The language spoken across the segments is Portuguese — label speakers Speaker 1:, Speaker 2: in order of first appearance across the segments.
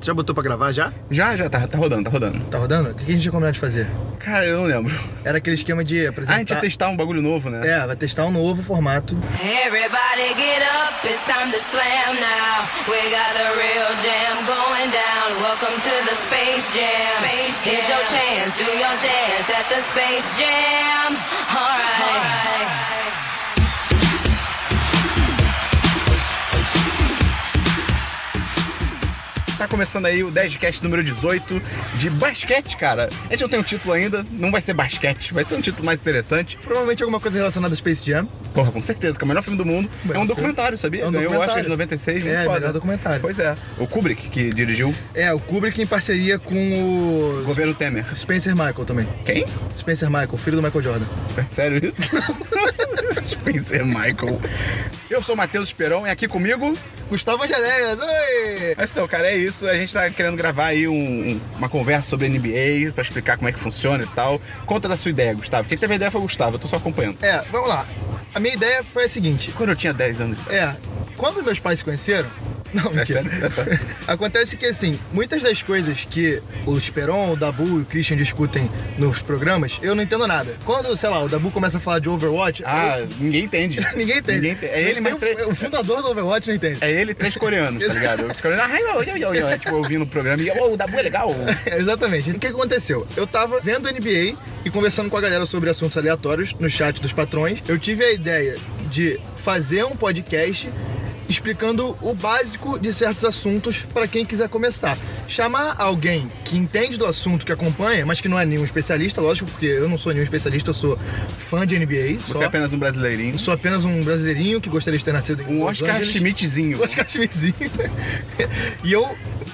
Speaker 1: Já botou pra gravar já?
Speaker 2: Já, já, tá, tá rodando, tá rodando.
Speaker 1: Tá rodando? O que que a gente tinha combinado de fazer?
Speaker 2: Cara, eu não lembro.
Speaker 1: Era aquele esquema de
Speaker 2: Ah,
Speaker 1: apresentar.
Speaker 2: a gente ia testar um bagulho novo, né?
Speaker 1: Tá. É, vai testar um novo formato.
Speaker 3: Everybody get up, it's time to slam now. We got a real jam going down. Welcome to the Space Jam. Here's your chance, do your dance at the Space Jam. Alright.
Speaker 2: Tá começando aí o 10cast número 18 de basquete, cara. A gente não tem um título ainda, não vai ser basquete, vai ser um título mais interessante.
Speaker 1: Provavelmente alguma coisa relacionada ao Space Jam.
Speaker 2: Porra, com certeza, que é o melhor filme do mundo.
Speaker 1: Melhor
Speaker 2: é um
Speaker 1: filme.
Speaker 2: documentário, sabia?
Speaker 1: É um
Speaker 2: Ganhou, acho que é de
Speaker 1: documentário.
Speaker 2: 96, muito
Speaker 1: É,
Speaker 2: foda.
Speaker 1: melhor documentário.
Speaker 2: Pois é. O Kubrick, que dirigiu
Speaker 1: É, o Kubrick em parceria
Speaker 2: o
Speaker 1: com
Speaker 2: governo Temer.
Speaker 1: o Spencer Michael também.
Speaker 2: Quem? É
Speaker 1: Spencer Michael, filho do Michael Jordan.
Speaker 2: Sério isso? Spencer Michael. Eu sou o Matheus Esperon e aqui comigo
Speaker 1: Gustavo Angeléias, oi!
Speaker 2: Mas então, cara, é isso. A gente tá querendo gravar aí um- um- uma conversa sobre NBA pra explicar como é que funciona e tal. Conta da sua ideia, Gustavo. Quem teve a ideia foi o Gustavo, eu tô só acompanhando.
Speaker 1: É, vamos lá. A minha ideia foi a seguinte.
Speaker 2: Quando eu tinha 10 anos.
Speaker 1: É, quando meus pais se conheceram. Não, mentira.
Speaker 2: sério? Ah,
Speaker 1: Acontece que, assim, muitas das coisas que o Speron, o Dabu e o Christian discutem nos programas, eu não entendo nada. Quando, sei lá, o Dabu começa a falar de Overwatch,
Speaker 2: Ah, ninguém entende.
Speaker 1: eu- ninguém entende.
Speaker 2: É ele mais
Speaker 1: Tem um
Speaker 2: três.
Speaker 1: o, o fundador do Overwatch não entende.
Speaker 2: É ele e três coreanos, tá ligado? Os coreanos, ah, yo, yo, yo, yo. É tipo ouvindo o programa e, ô, o Dabu é legal.
Speaker 1: É, Exatamente. E O que aconteceu? Eu tava vendo NBA e conversando com a galera sobre assuntos aleatórios no chat dos patrões. Eu tive a ideia de fazer um podcast explicando o básico de certos assuntos para quem quiser começar. Chamar alguém que entende do assunto, que acompanha, mas que não é nenhum especialista, lógico, porque eu não sou nenhum especialista, eu sou fã de NBA.
Speaker 2: Você
Speaker 1: só.
Speaker 2: é apenas um brasileirinho.
Speaker 1: Sou apenas um brasileirinho que gostaria de ter nascido em
Speaker 2: Um
Speaker 1: Los
Speaker 2: Oscar
Speaker 1: Angeles.
Speaker 2: Schmidtzinho.
Speaker 1: O Oscar Schmidtzinho. é um e eu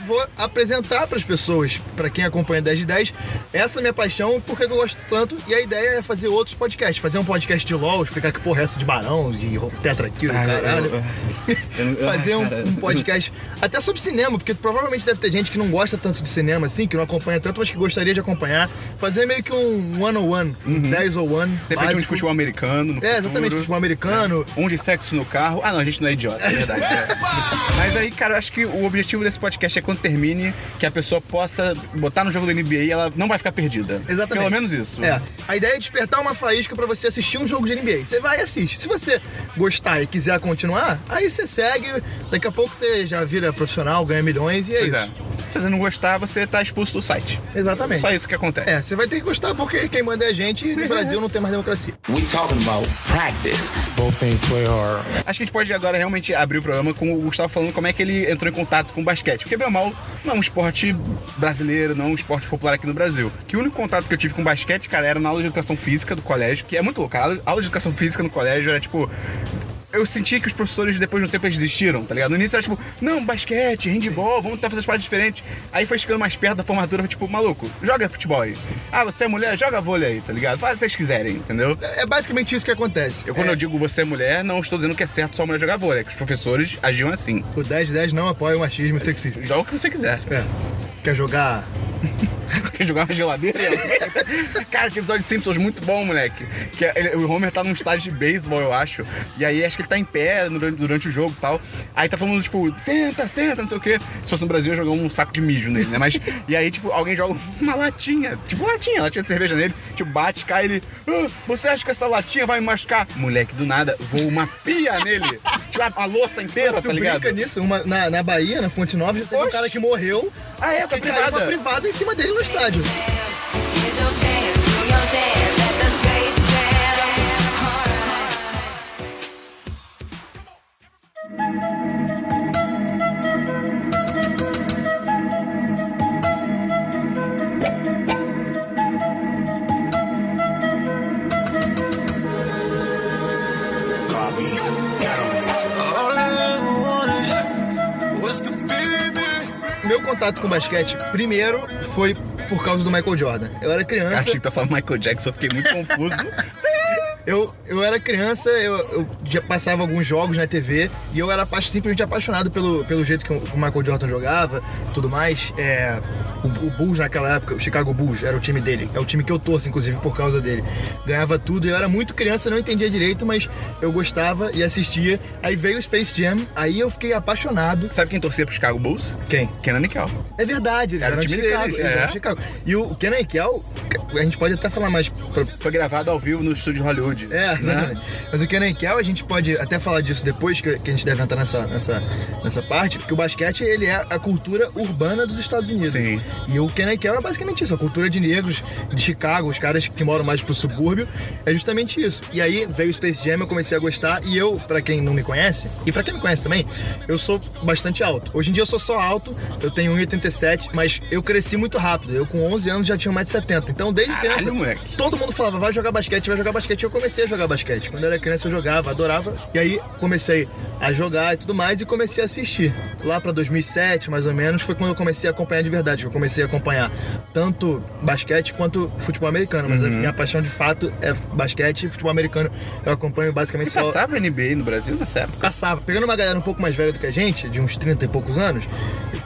Speaker 1: vou apresentar para as pessoas, para quem acompanha 10 de 10, essa minha paixão, por que eu gosto tanto. E a ideia é fazer outros podcasts. Fazer um podcast de LOL, explicar que porra é essa de barão, de tetra aqui,
Speaker 2: Ah, eu-
Speaker 1: caralho.
Speaker 2: eu- eu-
Speaker 1: fazer um,
Speaker 2: ah, cara.
Speaker 1: um podcast até sobre cinema, porque provavelmente deve ter gente que não gosta tanto de cinema assim, que não acompanha tanto, mas que gostaria de acompanhar. Fazer meio que um one-on-one, um 10 ou 1.
Speaker 2: Uhum. De repente um de futebol americano. No
Speaker 1: É, exatamente,
Speaker 2: futuro.
Speaker 1: futebol americano.
Speaker 2: Um de sexo no carro. Ah, não, a gente não é idiota, é verdade. é. Mas aí, cara, eu acho que o objetivo desse podcast é quando termine, que a pessoa possa botar no jogo da NBA e ela não vai ficar perdida.
Speaker 1: Exatamente.
Speaker 2: Pelo menos isso.
Speaker 1: É. A ideia é despertar uma faísca pra você assistir um jogo de NBA. Você vai e assiste. Se você gostar e quiser continuar, aí você segue. Daqui a pouco você já vira profissional, ganha milhões e é
Speaker 2: Pois
Speaker 1: isso.
Speaker 2: é. Se você não gostar, você tá expulso do site.
Speaker 1: Exatamente.
Speaker 2: Só isso que acontece.
Speaker 1: É, você vai ter que gostar porque quem manda é a gente e no Brasil não tem mais democracia.
Speaker 4: We talking about practice.
Speaker 5: both things play hard.
Speaker 2: Acho que a gente pode agora realmente abrir o programa com o Gustavo falando como é que ele entrou em contato com o basquete. Porque, bem ou mal, não é um esporte brasileiro, não é um esporte popular aqui no Brasil. Que o único contato que eu tive com basquete, cara, era na aula de educação física do colégio, que é muito louco. A aula- a aula de educação física no colégio era tipo. Eu sentia que os professores, depois de um tempo, eles desistiram, tá ligado? No início era tipo, não, basquete, handball, vamos tentar fazer as paradas diferentes. Aí foi ficando mais perto da formatura, foi tipo, maluco, joga futebol aí. Ah, você é mulher, joga vôlei aí, tá ligado? Faz o que vocês quiserem, entendeu?
Speaker 1: É basicamente isso que acontece.
Speaker 2: Eu,
Speaker 1: É,
Speaker 2: quando eu digo você é mulher, não estou dizendo que é certo só a mulher jogar vôlei, é que os professores agiam assim.
Speaker 1: O 10 10 não apoia o machismo e o sexismo.
Speaker 2: Joga o que você quiser.
Speaker 1: É. Quer jogar?
Speaker 2: Quer jogar uma geladeira? Cara, tinha episódio de Simpsons muito bom, moleque. Que ele- o Homer tá num estádio de beisebol, eu acho. E aí acho que ele tá em pé durante, durante o jogo e tal. Aí tá todo mundo, tipo, senta, senta, não sei o quê. Se fosse no Brasil, eu ia jogar um saco de mijo nele, né? Mas. e aí, tipo, alguém joga uma latinha. Tipo, latinha, latinha de cerveja nele, tipo, bate, cai ele. "Ah, você acha que essa latinha vai me machucar? Moleque, do nada, voa uma pia nele. Tipo, a, a louça inteira,
Speaker 1: tu
Speaker 2: tá ligado?
Speaker 1: brinca nisso? Uma- na, na Bahia, na Fonte Nova, já teve um
Speaker 2: Oxe.
Speaker 1: cara que morreu.
Speaker 2: Ah, é, com a
Speaker 1: porque caiu
Speaker 2: privada.
Speaker 1: Uma privada em cima dele no estádio.
Speaker 3: Here's your chance, do your dance at the Space Jam. Alright.
Speaker 4: Copy. All I ever wanted was to be there.
Speaker 1: Meu contato com basquete, primeiro, foi por causa do Michael Jordan. Eu era criança.
Speaker 2: Achei que tá falando Michael Jackson, eu fiquei muito confuso.
Speaker 1: Eu, eu era criança, eu, eu já passava alguns jogos na TV e eu era apa- simplesmente apaixonado pelo, pelo jeito que o, que o Michael Jordan jogava tudo mais. É, o, o Bulls naquela época, o Chicago Bulls, era o time dele. É o time que eu torço, inclusive, por causa dele. Ganhava tudo, e eu era muito criança, não entendia direito, mas eu gostava e assistia. Aí veio o Space Jam, aí eu fiquei apaixonado.
Speaker 2: Sabe quem torcia pro Chicago Bulls?
Speaker 1: Quem?
Speaker 2: Kenan Nickel.
Speaker 1: É verdade, eles
Speaker 2: Era o
Speaker 1: eram de
Speaker 2: time
Speaker 1: Chicago.
Speaker 2: deles,
Speaker 1: eles
Speaker 2: é.
Speaker 1: eram de Chicago. E o Kenan e Kel, a gente pode até falar mais pra-
Speaker 2: Foi gravado ao vivo no estúdio Hollywood.
Speaker 1: É,
Speaker 2: né?
Speaker 1: exatamente. Mas o Kenan Kel, a gente pode até falar disso depois, que, que a gente deve entrar nessa, nessa, nessa parte, porque o basquete, ele é a cultura urbana dos Estados Unidos.
Speaker 2: Sim.
Speaker 1: E o Kenan Kel é basicamente isso, a cultura de negros de Chicago, os caras que moram mais pro subúrbio, é justamente isso. E aí veio o Space Jam, eu comecei a gostar, e eu, pra quem não me conhece, e pra quem me conhece também, eu sou bastante alto. Hoje em dia eu sou só alto, eu tenho 1,87, mas eu cresci muito rápido. Eu com 11 anos já tinha 1,70m, então desde
Speaker 2: Caralho,
Speaker 1: criança...
Speaker 2: moleque.
Speaker 1: Todo mundo falava, vai jogar basquete, vai jogar basquete. Eu comecei a jogar basquete. Quando eu era criança, eu jogava, adorava. E aí comecei a jogar e tudo mais e comecei a assistir. Lá pra 2007, mais ou menos, foi quando eu comecei a acompanhar de verdade. que Eu comecei a acompanhar tanto basquete quanto futebol americano. Mas a
Speaker 2: Uhum.
Speaker 1: minha paixão de fato é basquete e futebol americano. Eu acompanho basicamente
Speaker 2: E
Speaker 1: só.
Speaker 2: passava NBA no Brasil nessa época?
Speaker 1: Passava. Pegando uma galera um pouco mais velha do que a gente, de uns 30 e poucos anos,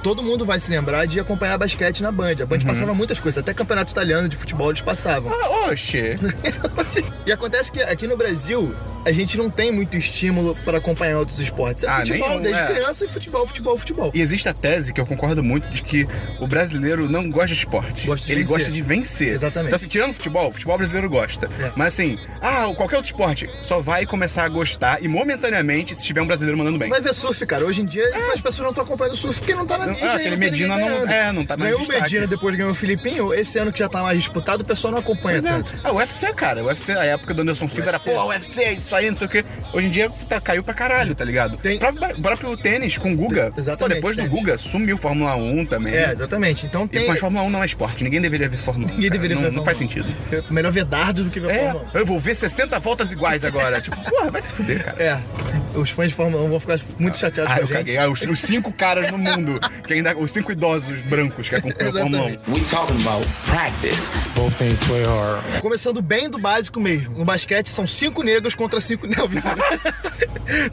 Speaker 1: todo mundo vai se lembrar de acompanhar basquete na Band. A
Speaker 2: Uhum.
Speaker 1: Band passava muitas coisas, até campeonato italiano de futebol eles passavam.
Speaker 2: Ah, oxe.
Speaker 1: E acontece que aqui no Brasil a gente não tem muito estímulo para acompanhar outros esportes. É
Speaker 2: Ah,
Speaker 1: futebol
Speaker 2: nenhum,
Speaker 1: desde
Speaker 2: é.
Speaker 1: criança e futebol, futebol, futebol.
Speaker 2: E existe a tese que eu concordo muito de que o brasileiro não gosta de esporte.
Speaker 1: Gosta de
Speaker 2: Ele
Speaker 1: vencer.
Speaker 2: gosta de vencer.
Speaker 1: Exatamente.
Speaker 2: Então, assim, tirando futebol, o futebol brasileiro gosta.
Speaker 1: É.
Speaker 2: Mas assim, ah, qualquer outro esporte só vai começar a gostar e momentaneamente se tiver um brasileiro mandando bem.
Speaker 1: Vai ver surf, cara. Hoje em dia as pessoas não estão acompanhando surf porque não tá na
Speaker 2: É. Não-
Speaker 1: mídia.
Speaker 2: ah,
Speaker 1: e
Speaker 2: aquele
Speaker 1: não tem
Speaker 2: Medina
Speaker 1: ninguém
Speaker 2: não-
Speaker 1: ganhando.
Speaker 2: é, não tá mais
Speaker 1: Ganhou o
Speaker 2: destaque.
Speaker 1: Medina, depois ganhou o Filipinho. Esse ano que já tá mais disputado, o pessoal não acompanha
Speaker 2: Pois é.
Speaker 1: tanto.
Speaker 2: Ah, o UFC, cara. O UFC, a época do Anderson Silva era,
Speaker 1: UFC.
Speaker 2: pô, UFC, é isso aí, não sei o quê. Hoje em dia tá- caiu pra caralho, tá ligado?
Speaker 1: Tem-
Speaker 2: O próprio, o próprio tênis com o Guga.
Speaker 1: Tem- exatamente,
Speaker 2: Pô, depois do
Speaker 1: tênis.
Speaker 2: Guga, sumiu Fórmula 1 também.
Speaker 1: É, exatamente. Então
Speaker 2: E,
Speaker 1: tem.
Speaker 2: mas Fórmula 1 não é esporte, ninguém deveria ver Fórmula 1.
Speaker 1: Ninguém
Speaker 2: cara.
Speaker 1: deveria
Speaker 2: não,
Speaker 1: ver
Speaker 2: não
Speaker 1: Fórmula
Speaker 2: faz
Speaker 1: 1.
Speaker 2: sentido.
Speaker 1: É Melhor ver dardo do que ver
Speaker 2: É,
Speaker 1: Fórmula 1.
Speaker 2: eu vou ver 60 voltas iguais agora. tipo, porra, vai se fuder, cara.
Speaker 1: É, os fãs de Fórmula 1 vão ficar muito chateados
Speaker 2: Ah,
Speaker 1: com a
Speaker 2: eu
Speaker 1: gente.
Speaker 2: caguei. Ah, os, os cinco caras no mundo, que ainda, os cinco idosos brancos que acompanham a Fórmula 1.
Speaker 1: Exatamente.
Speaker 5: We talking about practice.
Speaker 6: Both things play hard.
Speaker 1: Começando bem do básico mesmo. No basquete são cinco negros contra cinco. Não, mentira.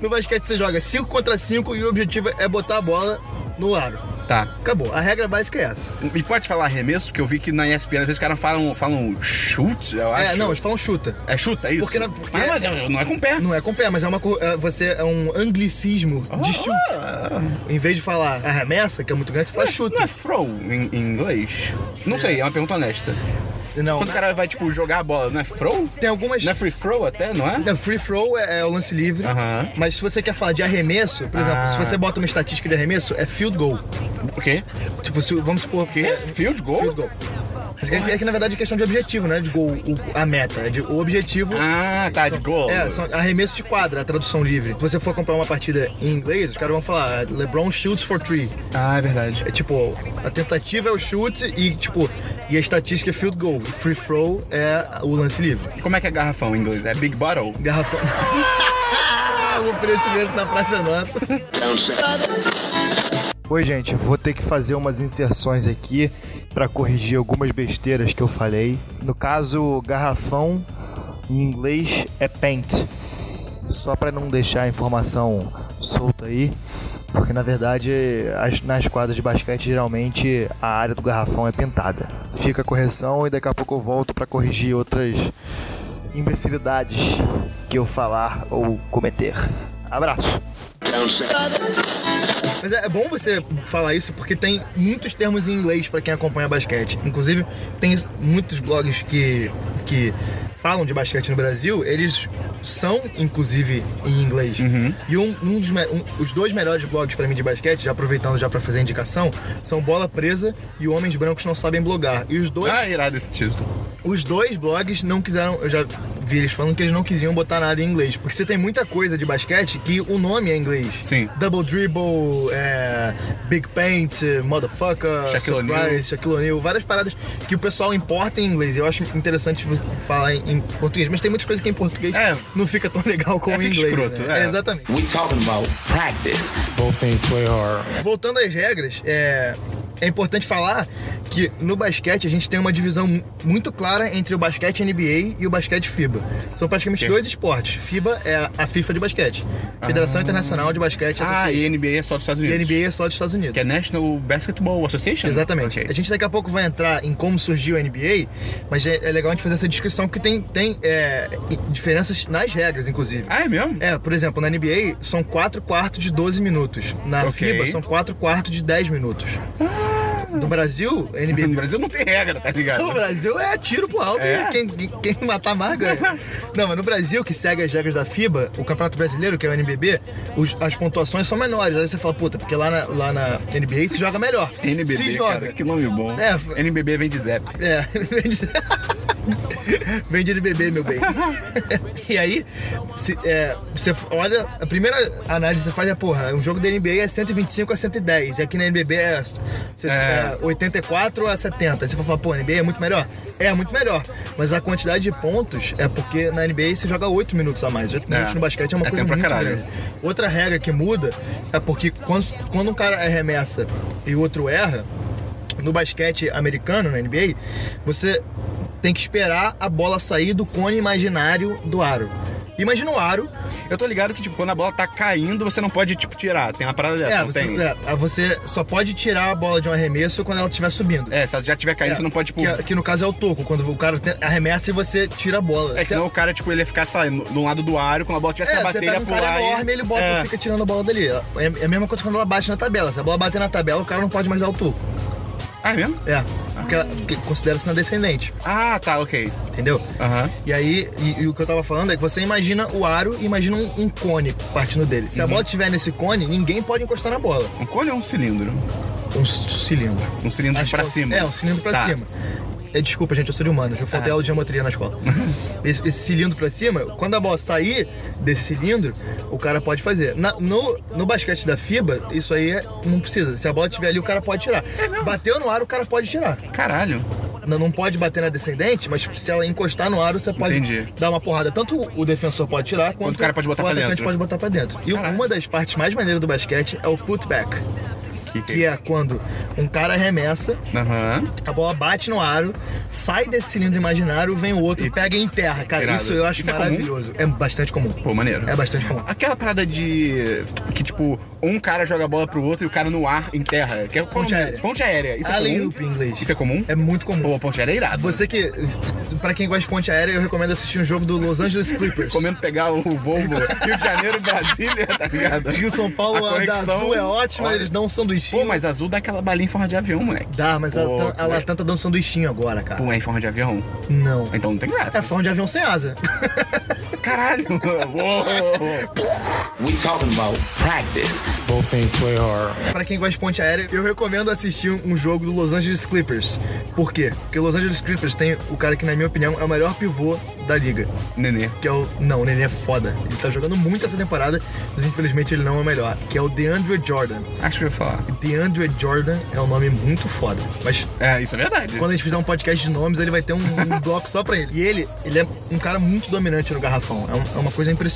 Speaker 1: no basquete você joga cinco contra cinco e o objetivo é botar a bola no aro.
Speaker 2: Tá.
Speaker 1: Acabou. A regra básica é essa.
Speaker 2: E pode falar arremesso, que eu vi que na ESPN às vezes os caras falam, falam chute, eu acho.
Speaker 1: É, não, eles falam chuta.
Speaker 2: É chuta, é isso?
Speaker 1: Porque na- porque-
Speaker 2: Ah, mas é- não é com o pé.
Speaker 1: Não é com pé, mas é uma cor- é, você é um anglicismo
Speaker 2: Ah.
Speaker 1: de chute. Em vez de falar arremessa, que é muito grande, você fala
Speaker 2: Não é
Speaker 1: chuta.
Speaker 2: throw em, em inglês? Não sei, é uma pergunta honesta.
Speaker 1: Não.
Speaker 2: Quando o cara vai, tipo, jogar a bola, não é throw?
Speaker 1: Tem algumas
Speaker 2: é Não é free throw até, não é?
Speaker 1: Não, free throw é, é o lance livre,
Speaker 2: Aham.
Speaker 1: mas se você quer falar de arremesso, por exemplo,
Speaker 2: Ah.
Speaker 1: se você bota uma estatística de arremesso, é field goal.
Speaker 2: O quê?
Speaker 1: Tipo, se- vamos supor que.
Speaker 2: Quê? Field goal?
Speaker 1: Field goal. Mas é, que- é que na verdade é questão de objetivo, né? De gol, o- a meta. É de, o objetivo.
Speaker 2: Ah, tá, de gol.
Speaker 1: É, são arremesso de quadra, a tradução livre. Se você for comprar uma partida em inglês, os caras vão falar "Ah, LeBron shoots for three.
Speaker 2: Ah, é verdade.
Speaker 1: É tipo, a tentativa é o chute e, tipo, e a estatística é field goal. Free throw é o lance livre.
Speaker 2: Como é que é garrafão em inglês? É big bottle?
Speaker 1: Garrafão. o oferecimento da Praça Nossa. Oi, gente, vou ter que fazer umas inserções aqui pra corrigir algumas besteiras que eu falei. No caso, garrafão em inglês é paint. Só pra não deixar a informação solta aí, porque na verdade as- nas quadras de basquete geralmente a área do garrafão é pintada. Fica a correção e daqui a pouco eu volto pra corrigir outras imbecilidades que eu falar ou cometer. Abraço. Mas é é bom você falar isso porque tem muitos termos em inglês pra quem acompanha basquete. Inclusive, tem muitos blogs que, que falam de basquete no Brasil, eles são, inclusive, em inglês. E um, um dos, me- um- os dois melhores blogs pra mim de basquete, já aproveitando já pra fazer a indicação, são Bola Presa e Homens Brancos Não Sabem Blogar. E os dois
Speaker 2: Ah, irado esse título.
Speaker 1: os dois blogs não quiseram. Eu já vi eles falando que eles não queriam botar nada em inglês. Porque você tem muita coisa de basquete que o nome é em inglês.
Speaker 2: Sim.
Speaker 1: Double Dribble, é, Big Paint, Motherfucker,
Speaker 2: Shaquille O'Neal.
Speaker 1: Surprise, Shaquille O'Neal, várias paradas que o pessoal importa em inglês. Eu acho interessante você falar em, em português. Mas tem muitas coisas que em português
Speaker 2: É.
Speaker 1: não fica tão legal como
Speaker 2: É,
Speaker 1: em
Speaker 2: fica
Speaker 1: inglês.
Speaker 2: escroto,
Speaker 1: né?
Speaker 2: é.
Speaker 1: exatamente.
Speaker 5: We talking about practice.
Speaker 6: Both things play hard.
Speaker 1: Voltando às regras, é, é importante falar que no basquete a gente tem uma divisão mu- muito clara entre o basquete NBA e o basquete FIBA. São praticamente
Speaker 2: Ok.
Speaker 1: dois esportes. FIBA é a- a FIFA de basquete, Federação Internacional de Basquete
Speaker 2: Ah,
Speaker 1: Association.
Speaker 2: e NBA é só dos Estados
Speaker 1: e
Speaker 2: Unidos.
Speaker 1: NBA é só dos Estados Unidos.
Speaker 2: Que é National Basketball Association?
Speaker 1: Exatamente. É tipo
Speaker 2: Ok.
Speaker 1: A gente daqui a pouco vai entrar em como surgiu a NBA, mas é, é legal a gente fazer essa descrição que tem, tem é, i- diferenças nas regras, inclusive.
Speaker 2: Ah, é mesmo?
Speaker 1: É, por exemplo, na NBA são 4 quartos de 12 minutos. Na
Speaker 2: Ok. Ah.
Speaker 1: FIBA são 4 quartos de 10 minutos. No Brasil, a NBA.
Speaker 2: No Brasil não tem regra, tá ligado?
Speaker 1: No Brasil é tiro pro alto
Speaker 2: É?
Speaker 1: e quem, quem- quem matar mais ganha. Não, mas no Brasil, que segue as regras da FIBA, o Campeonato Brasileiro, que é o NBB, os- as pontuações são menores. Aí você fala, puta, porque lá na, lá na NBA se joga melhor.
Speaker 2: NBB,
Speaker 1: se joga.
Speaker 2: cara, que nome bom.
Speaker 1: É.
Speaker 2: NBB vem de Zé.
Speaker 1: É, vende. Vende de bebê, meu bem. e aí, se- é, você olha, a primeira análise que você faz é, porra, um jogo da NBA é 125 a 110, e aqui na NBB é, se- é 84 a 70. Aí você fala, pô, a NBA é muito melhor? É, muito melhor. Mas a quantidade de pontos é porque na NBA você joga 8 minutos a mais. 8
Speaker 2: É.
Speaker 1: minutos no basquete é uma
Speaker 2: É
Speaker 1: coisa
Speaker 2: tempo pra
Speaker 1: muito
Speaker 2: caralho.
Speaker 1: grande. Outra regra que muda é porque quando, quando um cara arremessa e o outro erra, no basquete americano, na NBA, você tem que esperar a bola sair do cone imaginário do aro. Imagina o aro,
Speaker 2: Eu tô ligado que, tipo, quando a bola tá caindo, você não pode, tipo, tirar. Tem uma parada dessa,
Speaker 1: é,
Speaker 2: não
Speaker 1: você,
Speaker 2: tem?
Speaker 1: é, você só pode tirar a bola de um arremesso quando ela estiver subindo.
Speaker 2: É, se ela já tiver caindo, você não pode, tipo...
Speaker 1: que, é- que no caso é o toco, quando o cara te- arremessa e você tira a bola.
Speaker 2: É que senão o cara, tipo, ele ia ficar, sabe, de um lado do aro, quando a bola tivesse
Speaker 1: É,
Speaker 2: na
Speaker 1: você
Speaker 2: bateria,
Speaker 1: pega um
Speaker 2: pular
Speaker 1: cara
Speaker 2: e-
Speaker 1: enorme, ele bota,
Speaker 2: É.
Speaker 1: fica tirando a bola dali. É, é a mesma coisa quando ela bate na tabela. Se a bola bater na tabela, o cara não pode mais dar o toco.
Speaker 2: Ah, é mesmo?
Speaker 1: É, porque, ela- porque considera-se na descendente,
Speaker 2: Ah, tá, ok.
Speaker 1: entendeu?
Speaker 2: Aham.
Speaker 1: E aí, e, e o que eu tava falando é que você imagina o aro e imagina um, um cone partindo dele.
Speaker 2: Uhum.
Speaker 1: Se a bola estiver nesse cone, ninguém pode encostar na bola.
Speaker 2: Um cone ou um cilindro?
Speaker 1: Um c- cilindro.
Speaker 2: Um cilindro
Speaker 1: Acho
Speaker 2: pra
Speaker 1: que é um-
Speaker 2: cima.
Speaker 1: É, um cilindro pra
Speaker 2: Tá.
Speaker 1: cima. É, desculpa, gente, eu sou de humanos. Eu faltei aula de geometria na escola. esse, esse cilindro pra cima, quando a bola sair desse cilindro, o cara pode fazer. Na- no, no basquete da FIBA, isso aí é- não precisa. Se a bola estiver ali, o cara pode tirar.
Speaker 2: É
Speaker 1: Bateu no ar, o cara pode tirar.
Speaker 2: Caralho.
Speaker 1: Não, não pode bater na descendente, mas tipo, se ela encostar no aro, você pode
Speaker 2: Entendi.
Speaker 1: dar uma porrada. Tanto o defensor pode tirar, quanto
Speaker 2: o cara pode botar pra
Speaker 1: atacante
Speaker 2: dentro.
Speaker 1: pode botar pra dentro. E
Speaker 2: Caralho.
Speaker 1: uma das partes mais maneiras do basquete é o putback,
Speaker 2: Que
Speaker 1: que é quando um cara arremessa,
Speaker 2: Aham.
Speaker 1: a bola bate no aro, sai desse cilindro imaginário, vem o outro, pega e enterra. Cara,
Speaker 2: Irado.
Speaker 1: isso eu acho
Speaker 2: Isso é comum?
Speaker 1: maravilhoso. É, bastante comum.
Speaker 2: Pô, maneiro.
Speaker 1: É bastante comum.
Speaker 2: Aquela parada de. que tipo, um cara joga a bola pro outro e o cara no ar enterra. Que é
Speaker 1: Ponte aérea.
Speaker 2: Ponte aérea. Isso é comum.
Speaker 1: Alley-oop em inglês.
Speaker 2: Isso é comum?
Speaker 1: É muito comum.
Speaker 2: Pô, ponte aérea é irado.
Speaker 1: Você que, pra quem gosta de ponte aérea, eu recomendo assistir um jogo do Los Angeles Clippers.
Speaker 2: Comendo pegar o Volvo Rio de Janeiro e Brasília, tá ligado?
Speaker 1: Rio São Paulo, a, da Azul é ótima,
Speaker 2: Olha,
Speaker 1: eles dão um sanduichinho.
Speaker 2: Pô, mas azul dá aquela balinha em forma de avião, moleque.
Speaker 1: Dá, mas
Speaker 2: Pô,
Speaker 1: a, Tan- a
Speaker 2: é.
Speaker 1: Latam tá dando sanduichinho agora, cara.
Speaker 2: Pô, é em forma de avião?
Speaker 1: Não.
Speaker 2: Então não tem graça.
Speaker 1: É fã de avião sem asa.
Speaker 2: Caralho! Uou.
Speaker 5: We talking about practice.
Speaker 6: Both things play hard.
Speaker 1: pra quem gosta de ponte aérea, eu recomendo assistir um jogo do Los Angeles Clippers. Por quê? Porque o Los Angeles Clippers tem o cara que, na minha opinião, é o melhor pivô da liga.
Speaker 2: Nenê.
Speaker 1: Que é o. Não, o Nenê é foda. Ele tá jogando muito essa temporada, mas infelizmente ele não é o melhor. Que é o DeAndre Jordan.
Speaker 2: Acho que eu ia falar.
Speaker 1: DeAndre Jordan é um nome muito foda. Mas
Speaker 2: É, isso é verdade.
Speaker 1: Quando a gente fizer um podcast de nomes, ele vai ter um, um bloco só pra ele. E ele, ele é um cara muito dominante no garrafão. É, um- é uma coisa impressionante.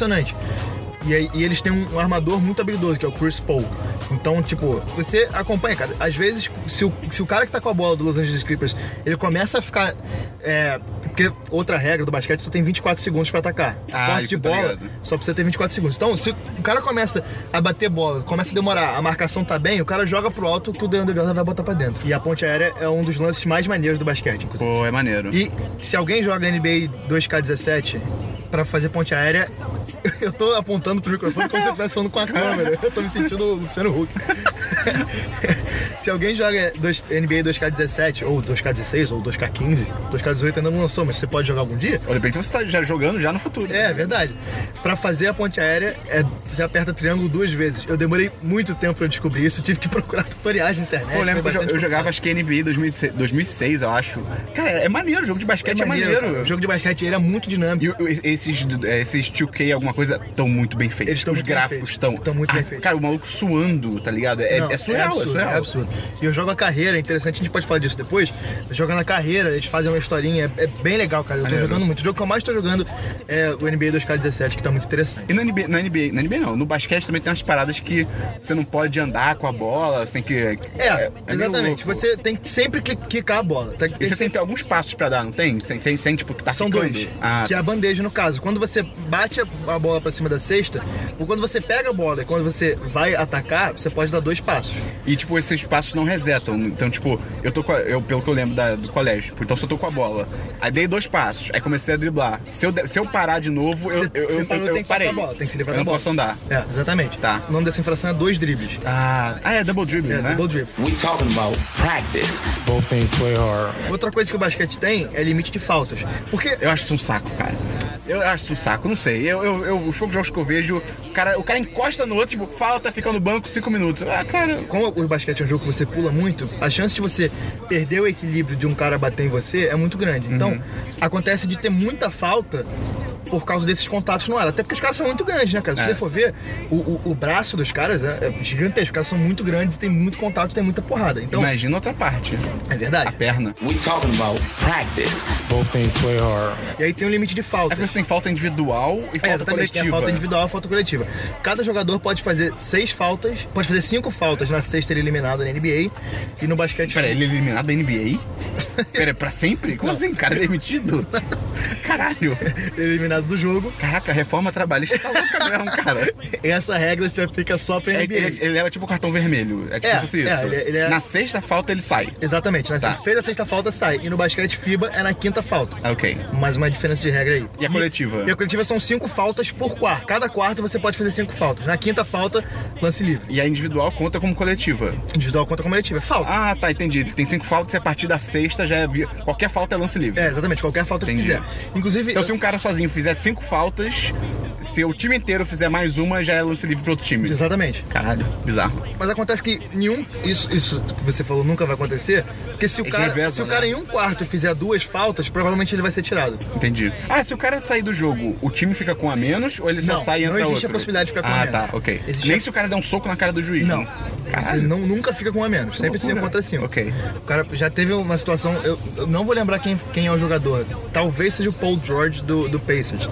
Speaker 1: E, aí- e eles têm um, um armador muito habilidoso, que é o Chris Paul. Então, tipo, você acompanha, cara. Às vezes, se o, se o cara que tá com a bola do Los Angeles Clippers, ele começa a ficar. é, porque outra regra do basquete, você tem 24 segundos pra atacar.
Speaker 2: Ah,
Speaker 1: Posse
Speaker 2: isso
Speaker 1: de
Speaker 2: eu tô
Speaker 1: bola,
Speaker 2: ligado.
Speaker 1: só precisa ter 24 segundos. Então, se o cara começa a bater bola, começa a demorar, a marcação tá bem, o cara joga pro alto que o Deandre Jordan vai botar pra dentro. E a ponte aérea é um dos lances mais maneiros do basquete, inclusive.
Speaker 2: Pô, é maneiro.
Speaker 1: E se alguém joga NBA 2K17 pra fazer ponte aérea, eu tô apontando pro microfone como se eu estivesse falando com a câmera. Eu tô me sentindo o Luciano Huck. se alguém joga dois- NBA 2K17, ou 2K16, ou 2K15, 2K18 ainda não lançou, mas você pode jogar algum dia.
Speaker 2: Ou de repente você tá já jogando já no futuro.
Speaker 1: É, verdade. Pra fazer a ponte aérea, é, você aperta triângulo duas vezes. Eu demorei muito tempo pra descobrir isso, tive que procurar tutoriais na internet.
Speaker 2: Pô, eu lembro que
Speaker 1: é, foi
Speaker 2: eu, jo-
Speaker 1: bastante
Speaker 2: eu jogava acho que NBA 2006, 2006, eu acho. Cara, é maneiro, jogo de basquete é, maneiro.
Speaker 1: cara. O jogo de basquete ele é muito dinâmico.
Speaker 2: E o- o- esses, é, esses 2K, alguma coisa, estão muito bem feitos.
Speaker 1: Eles tão
Speaker 2: Os
Speaker 1: muito bem
Speaker 2: gráficos Ah,
Speaker 1: feitos.
Speaker 2: estão.
Speaker 1: Tão muito bem feitos.
Speaker 2: Cara, o maluco suando, tá ligado? É
Speaker 1: Não, não.
Speaker 2: É surreal, é
Speaker 1: absurdo,
Speaker 2: surreal.
Speaker 1: absurdo. E eu jogo a carreira, é interessante, a gente pode falar disso depois. Jogando a carreira, eles fazem uma historinha, é, é bem legal, cara. Eu tô
Speaker 2: Maneiro.
Speaker 1: jogando muito. O jogo que eu mais tô jogando é o NBA 2K17, que tá muito interessante.
Speaker 2: E na NBA, na NBA, na NBA não, no basquete também tem umas paradas que você não pode andar com a bola, você tem que.
Speaker 1: É,
Speaker 2: meio
Speaker 1: exatamente.
Speaker 2: louco.
Speaker 1: Você tem que sempre cli- quicar a bola. Tem, tem
Speaker 2: E você tem que
Speaker 1: sempre...
Speaker 2: ter alguns passos pra dar, não tem? Sem, sem, sem tipo, que tá
Speaker 1: São
Speaker 2: ficando.
Speaker 1: dois,
Speaker 2: Ah,
Speaker 1: que é a bandeja no caso. Quando você bate a a bola pra cima da cesta, ou quando você pega a bola e quando você vai atacar, você pode dar dois passos.
Speaker 2: E, tipo, esses passos não resetam. Então, tipo, eu tô com a- eu, pelo que eu lembro da- do colégio, tipo, então se eu tô com a bola, aí dei dois passos, aí comecei a driblar. Se eu, de- se eu parar de novo, eu,
Speaker 1: Você-
Speaker 2: eu,
Speaker 1: você
Speaker 2: eu,
Speaker 1: parou,
Speaker 2: eu- eu
Speaker 1: tem que
Speaker 2: parei.
Speaker 1: passar a bola, tem que se livrar
Speaker 2: eu
Speaker 1: da
Speaker 2: não
Speaker 1: bola.
Speaker 2: posso andar.
Speaker 1: É, exatamente.
Speaker 2: Tá.
Speaker 1: O nome dessa infração é dois dribles.
Speaker 2: Ah, ah, é double dribble,
Speaker 1: É,
Speaker 2: né?
Speaker 1: double dribble.
Speaker 5: We talking about practice.
Speaker 6: Both things play hard.
Speaker 1: Outra coisa que o basquete tem é limite de faltas. Porque
Speaker 2: Eu acho isso um saco, cara. Eu acho isso um saco, não sei. Eu, eu, eu- os poucos jogos que eu vejo, o cara, o cara encosta no outro, tipo, falta, fica no banco cinco minutos. Ah, cara.
Speaker 1: como o basquete é um jogo que você pula muito, a chance de você perder o equilíbrio de um cara bater em você é muito grande.
Speaker 2: Uhum.
Speaker 1: Então, acontece de ter muita falta por causa desses contatos no ar. Até porque os caras são muito grandes, né, cara? Se
Speaker 2: É.
Speaker 1: você for ver, o, o- o braço dos caras é, é gigantesco. Os caras são muito grandes, tem muito contato, tem muita porrada. Então,
Speaker 2: Imagina outra parte.
Speaker 1: é
Speaker 2: A
Speaker 1: verdade.
Speaker 2: perna.
Speaker 5: We talking about practice.
Speaker 6: Both things play hard.
Speaker 1: E aí tem um limite de
Speaker 2: É
Speaker 1: falta.
Speaker 2: porque você tem falta individual e
Speaker 1: É,
Speaker 2: falta
Speaker 1: exatamente, tem a
Speaker 2: coletiva.
Speaker 1: falta individual e a falta coletiva. Cada jogador pode fazer seis faltas, pode fazer cinco faltas na sexta ele é eliminado na NBA e no basquete.
Speaker 2: Pera, ele é eliminado da NBA? Pera, pra sempre? Como assim? Cara demitido? Caralho.
Speaker 1: ele é eliminado do jogo.
Speaker 2: Caraca, a reforma trabalhista tá louca mesmo, cara.
Speaker 1: Essa regra se aplica só pra
Speaker 2: É,
Speaker 1: NBA.
Speaker 2: ele, ele leva tipo o cartão vermelho. É tipo
Speaker 1: É,
Speaker 2: se fosse isso.
Speaker 1: é, ele- ele é-
Speaker 2: Na sexta falta ele sai.
Speaker 1: Exatamente, né?
Speaker 2: Tá.
Speaker 1: Você fez a sexta falta, sai. E no basquete FIBA é na quinta falta.
Speaker 2: Ah, Ok.
Speaker 1: Mais uma diferença de regra aí.
Speaker 2: E a coletiva?
Speaker 1: E a coletiva são cinco faltas por quarto. Cada quarto você pode fazer cinco faltas. Na quinta falta, lance livre.
Speaker 2: E a individual conta como coletiva.
Speaker 1: Individual contra coletiva. É falta.
Speaker 2: Ah, tá, entendi. Ele tem cinco faltas e a partir da sexta já é. vi- Qualquer falta é lance livre.
Speaker 1: É, exatamente, qualquer falta que
Speaker 2: Entendi.
Speaker 1: fizer. Inclusive.
Speaker 2: Então se um cara sozinho fizer cinco faltas, se o time inteiro fizer mais uma, já é lance livre pro outro time.
Speaker 1: Exatamente.
Speaker 2: Caralho, bizarro.
Speaker 1: Mas acontece que nenhum. Isso, isso que você falou nunca vai acontecer. Porque se o,
Speaker 2: Eles
Speaker 1: cara,
Speaker 2: revezam,
Speaker 1: se o
Speaker 2: né?
Speaker 1: cara em um quarto fizer duas faltas, provavelmente ele vai ser tirado.
Speaker 2: Entendi. Ah, se o cara sair do jogo, o time fica com um a menos ou ele só
Speaker 1: Não,
Speaker 2: sai e
Speaker 1: não
Speaker 2: entra
Speaker 1: existe a
Speaker 2: outro?
Speaker 1: possibilidade de ficar com um
Speaker 2: ah,
Speaker 1: a menos.
Speaker 2: tá, ok.
Speaker 1: Existe
Speaker 2: Nem
Speaker 1: a-
Speaker 2: se o cara der um soco na cara do juiz.
Speaker 1: Não.
Speaker 2: né?
Speaker 1: Você
Speaker 2: Caralho.
Speaker 1: não, nunca fica com um a menos. Sempre
Speaker 2: loucura.
Speaker 1: cinco contra cinco.
Speaker 2: Ok.
Speaker 1: O cara já teve uma situação. Eu, eu não vou lembrar quem, quem é o jogador. Talvez seja o Paul George do, do Pacers.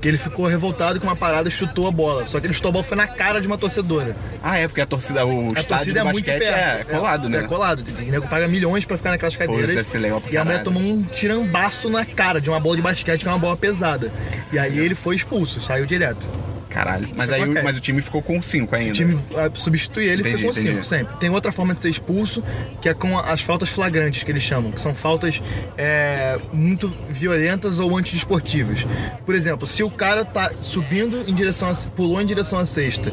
Speaker 1: Que ele ficou revoltado com uma parada e chutou a bola. Só que ele chutou a bola foi na cara de uma torcedora.
Speaker 2: Ah, é porque a torcida, o
Speaker 1: A
Speaker 2: estádio
Speaker 1: torcida
Speaker 2: do
Speaker 1: é muito
Speaker 2: basquete
Speaker 1: perto.
Speaker 2: é, é colado, né?
Speaker 1: É colado. O nego paga milhões pra ficar naquelas cadeiras.
Speaker 2: isso deve ser legal pra
Speaker 1: e a mulher
Speaker 2: caralho.
Speaker 1: tomou um tirambaço na cara de uma bola de basquete, que é uma bola pesada. E aí ele foi expulso, saiu direto.
Speaker 2: Caralho. Mas
Speaker 1: Isso
Speaker 2: aí o,
Speaker 1: acontece.
Speaker 2: mas o time ficou com um cinco ainda.
Speaker 1: O time ah, substitui ele e
Speaker 2: Entendi,
Speaker 1: foi com cinco
Speaker 2: entendi.
Speaker 1: sempre. Tem outra forma de ser expulso, que é com a- as faltas flagrantes, que eles chamam, que são faltas é, muito violentas ou antidesportivas. Por exemplo, se o cara tá subindo em direção a, pulou em direção à cesta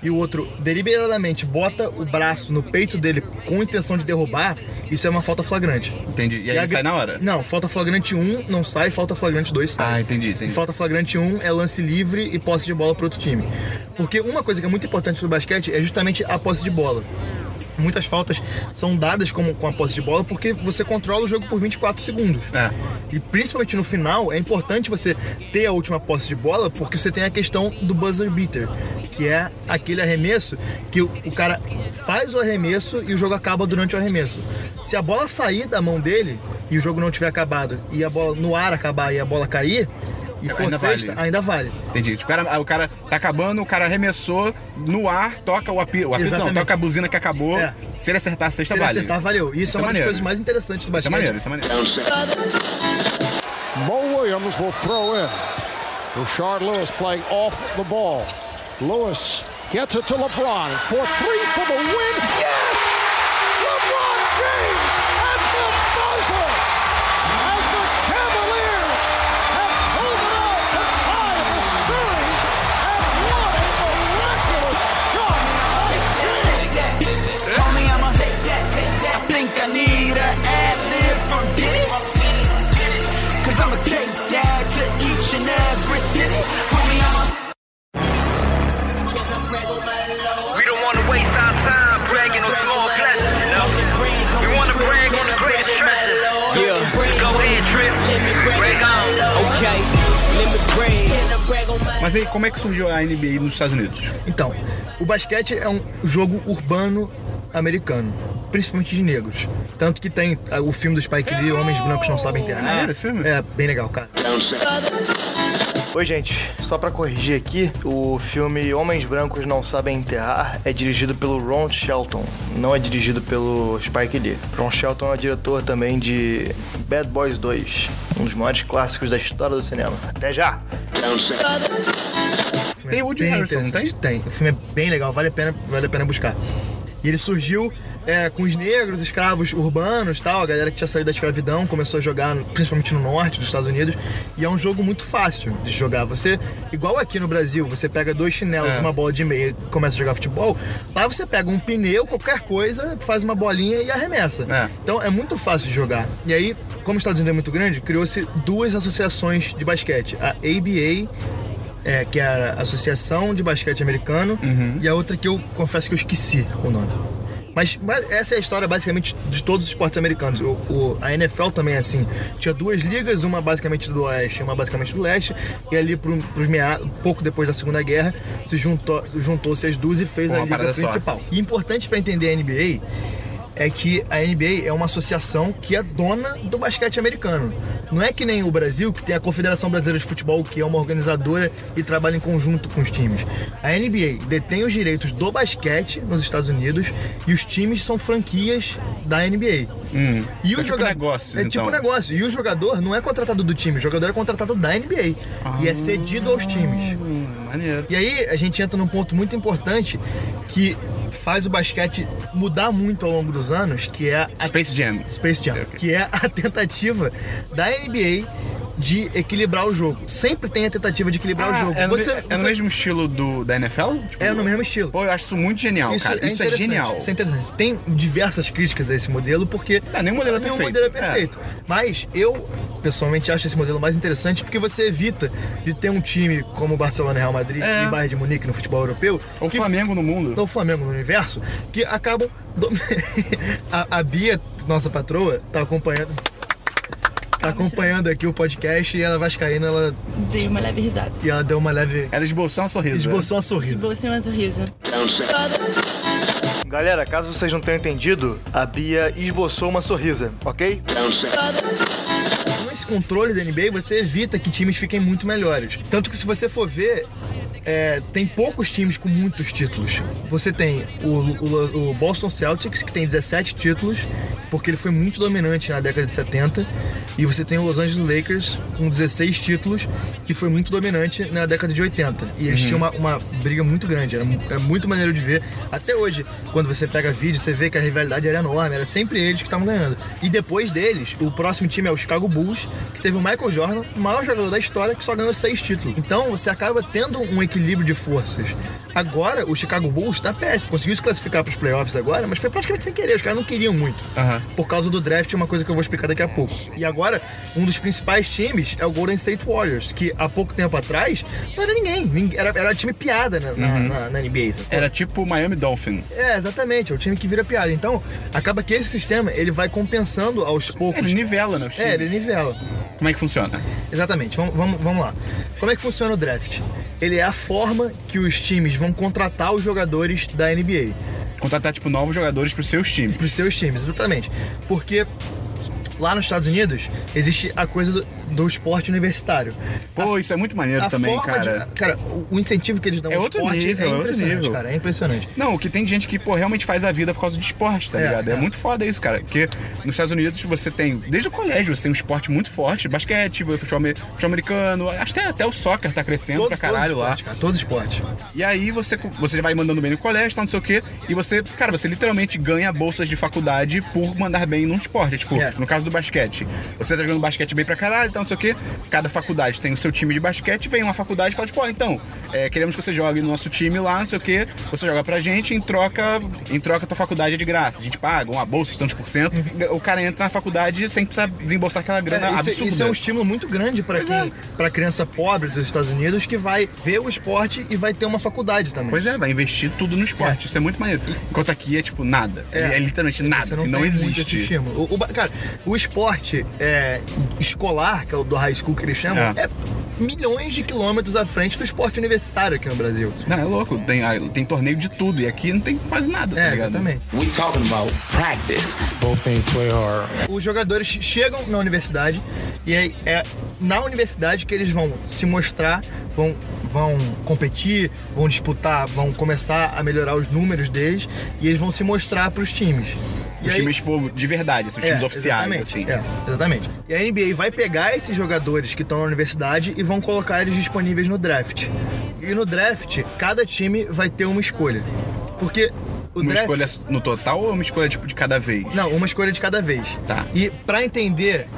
Speaker 1: e o outro deliberadamente bota o braço no peito dele com intenção de derrubar, isso é uma falta flagrante.
Speaker 2: Entendi. E aí
Speaker 1: a
Speaker 2: ele sai
Speaker 1: gri-
Speaker 2: na hora?
Speaker 1: Não, falta flagrante 1 não sai, falta flagrante 2 sai.
Speaker 2: Ah, entendi, entendi.
Speaker 1: E falta flagrante 1 é lance livre e posse de bola para outro time. Porque uma coisa que é muito importante no basquete é justamente a posse de bola. Muitas faltas são dadas como com a posse de bola porque você controla o jogo por 24 segundos.
Speaker 2: É.
Speaker 1: E principalmente no final, é importante você ter a última posse de bola porque você tem a questão do buzzer beater, que é aquele arremesso que o, o cara faz o arremesso e o jogo acaba durante o arremesso. Se a bola sair da mão dele e o jogo não tiver acabado e a bola no ar acabar e a bola cair e for
Speaker 2: Ainda vale.
Speaker 1: sexta, ainda vale.
Speaker 2: Entendi. O cara, o cara tá acabando, o cara arremessou, no ar, toca o apito. O apito não,
Speaker 1: Exatamente.
Speaker 2: toca a buzina que acabou.
Speaker 1: É.
Speaker 2: Se ele acertar a sexta,
Speaker 1: Se ele
Speaker 2: vale.
Speaker 1: acertar, valeu. Isso, é
Speaker 2: Isso é
Speaker 1: uma das
Speaker 2: maneiro.
Speaker 1: coisas mais interessantes do
Speaker 2: Isso é
Speaker 1: basquete.
Speaker 2: maneiro, isso é maneiro.
Speaker 7: Mo Williams will throw in. Rashard Lewis playing off the ball. Lewis gets it to LeBron for three for the win. Yes! LeBron James at the buzzer as the Cavaliers have proven out to tie the series and what a miraculous shot by James!
Speaker 8: Homie, I'ma take that, take that. I think I need a ad lib from Diddy. Cause I'ma take that to each and every city. Homie, I'ma.
Speaker 9: We don't want to waste our time bragging on small blessings, you know. We want to brag on the greatest treasure.
Speaker 8: Yeah.
Speaker 9: Go ahead, Trip. Brag on.
Speaker 8: Okay, let me brag.
Speaker 2: Mas aí, como é que surgiu a NBA nos Estados Unidos?
Speaker 1: Então, o basquete é um jogo urbano americano, principalmente de negros. Tanto que tem ah, o filme do Spike Lee, Homens Brancos Não Sabem Ter.
Speaker 2: maneiro Ah, esse filme?
Speaker 1: É, bem legal, cara.
Speaker 10: Oi, gente. Só pra corrigir aqui, o filme Homens Brancos Não Sabem Enterrar é dirigido pelo Ron Shelton, não é dirigido pelo Spike Lee. Ron Shelton é diretor também de Bad Boys 2, um dos maiores clássicos da história do cinema. Até já!
Speaker 2: Tem o Woody
Speaker 1: Bem
Speaker 2: Harrison, não tem?
Speaker 1: interessante. Tem. O filme é bem legal, vale a pena, vale a pena buscar. E ele surgiu é, com os negros, escravos urbanos tal, a galera que tinha saído da escravidão começou a jogar, principalmente no norte dos Estados Unidos. E é um jogo muito fácil de jogar. Você, igual aqui no Brasil, você pega dois chinelos,
Speaker 2: É.
Speaker 1: uma bola de meia e começa a jogar futebol. Lá você pega um pneu, qualquer coisa, faz uma bolinha e arremessa.
Speaker 2: É.
Speaker 1: Então é muito fácil de jogar. E aí, como os Estados Unidos é muito grande, criou-se duas associações de basquete: a ABA é, que era a Associação de Basquete Americano,
Speaker 2: Uhum.
Speaker 1: e a outra que eu confesso que eu esqueci o nome. Mas, mas essa é a história basicamente de todos os esportes americanos. O, o- a NFL também é assim. Tinha duas ligas, uma basicamente do Oeste e uma basicamente do Leste. E ali, pro, pros mea- pouco depois da Segunda Guerra, se juntou- juntou-se as duas e fez
Speaker 2: Uma
Speaker 1: a liga
Speaker 2: parada só.
Speaker 1: principal. E importante para entender a NBA é que a NBA é uma associação que é dona do basquete americano. Não é que nem o Brasil, que tem a Confederação Brasileira de Futebol, que é uma organizadora e trabalha em conjunto com os times. A NBA detém os direitos do basquete nos Estados Unidos e os times são franquias da NBA. E
Speaker 2: Então é tipo
Speaker 1: joga-
Speaker 2: negócios,
Speaker 1: é tipo
Speaker 2: então.
Speaker 1: negócio. E o jogador não é contratado do time, o jogador é contratado da NBA e é cedido aos times.
Speaker 2: Hum, maneiro.
Speaker 1: E aí a gente entra num ponto muito importante que faz o basquete mudar muito ao longo dos anos, que é a
Speaker 2: Space Jam.
Speaker 1: Space Jam,
Speaker 2: É, ok.
Speaker 1: que é a tentativa da NBA de equilibrar o jogo. Sempre tem a tentativa de equilibrar o jogo.
Speaker 2: é, no,
Speaker 1: Você-
Speaker 2: me- é no
Speaker 1: você-
Speaker 2: mesmo estilo do, da NFL? Tipo,
Speaker 1: É no mesmo estilo.
Speaker 2: Pô, eu acho isso muito genial, cara. Isso é,
Speaker 1: interessante,
Speaker 2: genial.
Speaker 1: Isso é interessante. Tem diversas críticas a esse modelo, porque.
Speaker 2: Ah, nenhum modelo é perfeito.
Speaker 1: modelo é perfeito. Mas eu, pessoalmente, acho esse modelo mais interessante porque você evita de ter um time como o Barcelona e Real Madrid
Speaker 2: É.
Speaker 1: e Bayern de Munique no futebol europeu.
Speaker 2: Ou
Speaker 1: que-
Speaker 2: Flamengo no mundo.
Speaker 1: do Flamengo no universo que acabam. do- a, a Bia, nossa patroa, tá acompanhando. Tá acompanhando aqui o podcast e ela vai caindo ela,
Speaker 11: Dei uma leve risada.
Speaker 1: e ela deu uma leve.
Speaker 10: É,
Speaker 2: Ela esboçou um sorriso.
Speaker 1: esboçou um sorriso.
Speaker 11: Você é uma sorriso.
Speaker 10: Galera, caso vocês não tenham entendido, a Bia esboçou uma sorrisa, ok?
Speaker 1: Com esse controle da NBA, você evita que times fiquem muito melhores. Tanto que se você for ver. é, tem poucos times com muitos títulos. Você tem o, o- o Boston Celtics, que tem 17 títulos, porque ele foi muito dominante na década de 70. E você tem o Los Angeles Lakers, com 16 títulos, que foi muito dominante na década de 80. E eles tinham uma, uma briga muito grande, era, mu- era muito maneiro de ver. Até hoje, quando você pega vídeo, você vê que a rivalidade era enorme, era sempre eles que estavam ganhando. E depois deles, o próximo time é o Chicago Bulls, que teve o Michael Jordan, o maior jogador da história, que só ganhou seis títulos. Então você acaba tendo um equilíbrio de forças. Agora, o Chicago Bulls tá péssimo. Conseguiu se classificar pros playoffs agora, mas foi praticamente sem querer, os caras não queriam muito.
Speaker 2: Aham.
Speaker 1: Por causa do draft, é uma coisa que eu vou explicar daqui a pouco. E agora, um dos principais times é o Golden State Warriors, que há pouco tempo atrás não era ninguém. Ninguém- Era, era time piada na, na- na- na NBA. sabe?
Speaker 2: Era tipo Miami Dolphins.
Speaker 1: É, exatamente, é o time que vira piada. Então, acaba que esse sistema ele vai compensando aos poucos.
Speaker 2: Ele nivela, né? os
Speaker 1: É, ele
Speaker 2: times.
Speaker 1: nivela.
Speaker 2: Como é que funciona?
Speaker 1: Exatamente, vamos, vamos, vamos lá. Como é que funciona o draft? Ele é a forma que os times vão contratar os jogadores da NBA.
Speaker 2: Contratar, tipo, novos jogadores pros seus times.
Speaker 1: Para os seus times, exatamente. Porque lá nos Estados Unidos existe a coisa do, do esporte universitário.
Speaker 2: Pô, isso é muito maneiro
Speaker 1: a
Speaker 2: também,
Speaker 1: forma
Speaker 2: cara.
Speaker 1: De, cara, o- o incentivo que eles dão
Speaker 2: É
Speaker 1: ao
Speaker 2: outro
Speaker 1: esporte
Speaker 2: nível, é
Speaker 1: é
Speaker 2: outro
Speaker 1: impressionante,
Speaker 2: nível.
Speaker 1: cara. É impressionante.
Speaker 2: Não, que tem gente que, pô, realmente faz a vida por causa de esporte, tá
Speaker 1: É,
Speaker 2: ligado? É,
Speaker 1: é.
Speaker 2: muito foda isso, cara. Porque nos Estados Unidos você tem, desde o colégio, você tem um esporte muito forte, basquete, futebol, ame- futebol americano, acho que até, até o soccer tá crescendo pra caralho lá.
Speaker 1: esporte, cara. Todos os esportes.
Speaker 2: E aí você, você vai mandando bem no colégio, tal, não sei o quê. E você, cara, você literalmente ganha bolsas de faculdade por mandar bem num esporte. Tipo,
Speaker 1: É.
Speaker 2: no caso do basquete. Você tá jogando basquete bem pra caralho, tal, não sei o quê. Cada faculdade tem o seu time de basquete, vem uma faculdade e fala, tipo, ó, então, é, queremos que você jogue no nosso time lá, não sei o quê. Você joga pra gente, em troca, em troca tua faculdade é de graça. A gente paga uma bolsa de tantos por cento. O cara entra na faculdade sem precisar desembolsar aquela grana
Speaker 1: Uhum. É, isso,
Speaker 2: absurda.
Speaker 1: isso é um estímulo muito grande para
Speaker 2: Pois
Speaker 1: quem,
Speaker 2: é.
Speaker 1: pra criança pobre dos Estados Unidos que vai ver o esporte e vai ter uma faculdade também.
Speaker 2: Pois é, vai investir tudo no esporte. Isso é muito maneiro. Enquanto aqui é tipo nada. É, é literalmente nada.
Speaker 1: Você
Speaker 2: assim, não
Speaker 1: tem muito esse
Speaker 2: existe.
Speaker 1: estímulo. O, o ba- cara, o esporte é, escolar, que é o do high school que eles chamam,
Speaker 2: É.
Speaker 1: é. milhões de quilômetros à frente do esporte universitário aqui no Brasil.
Speaker 2: Não, é louco. Tem, ah, tem torneio de tudo e aqui não tem quase nada, tá
Speaker 1: É,
Speaker 2: ligado?
Speaker 1: exatamente.
Speaker 5: We talking about practice.
Speaker 6: Both teams play hard.
Speaker 1: Os jogadores chegam na universidade e é, é na universidade que eles vão se mostrar, vão, vão competir, vão disputar, vão começar a melhorar os números deles e eles vão se mostrar para os times. E
Speaker 2: Os
Speaker 1: aí-
Speaker 2: times, tipo, de verdade, assim, os
Speaker 1: É,
Speaker 2: times oficiais,
Speaker 1: exatamente,
Speaker 2: assim.
Speaker 1: é, exatamente. E a NBA vai pegar esses jogadores que estão na universidade e vão colocar eles disponíveis no draft. E no draft, cada time vai ter uma escolha. Porque o
Speaker 2: Uma
Speaker 1: draft.
Speaker 2: escolha no total ou uma escolha, tipo, de cada vez?
Speaker 1: Não, uma escolha de cada vez.
Speaker 2: Tá.
Speaker 1: E pra entender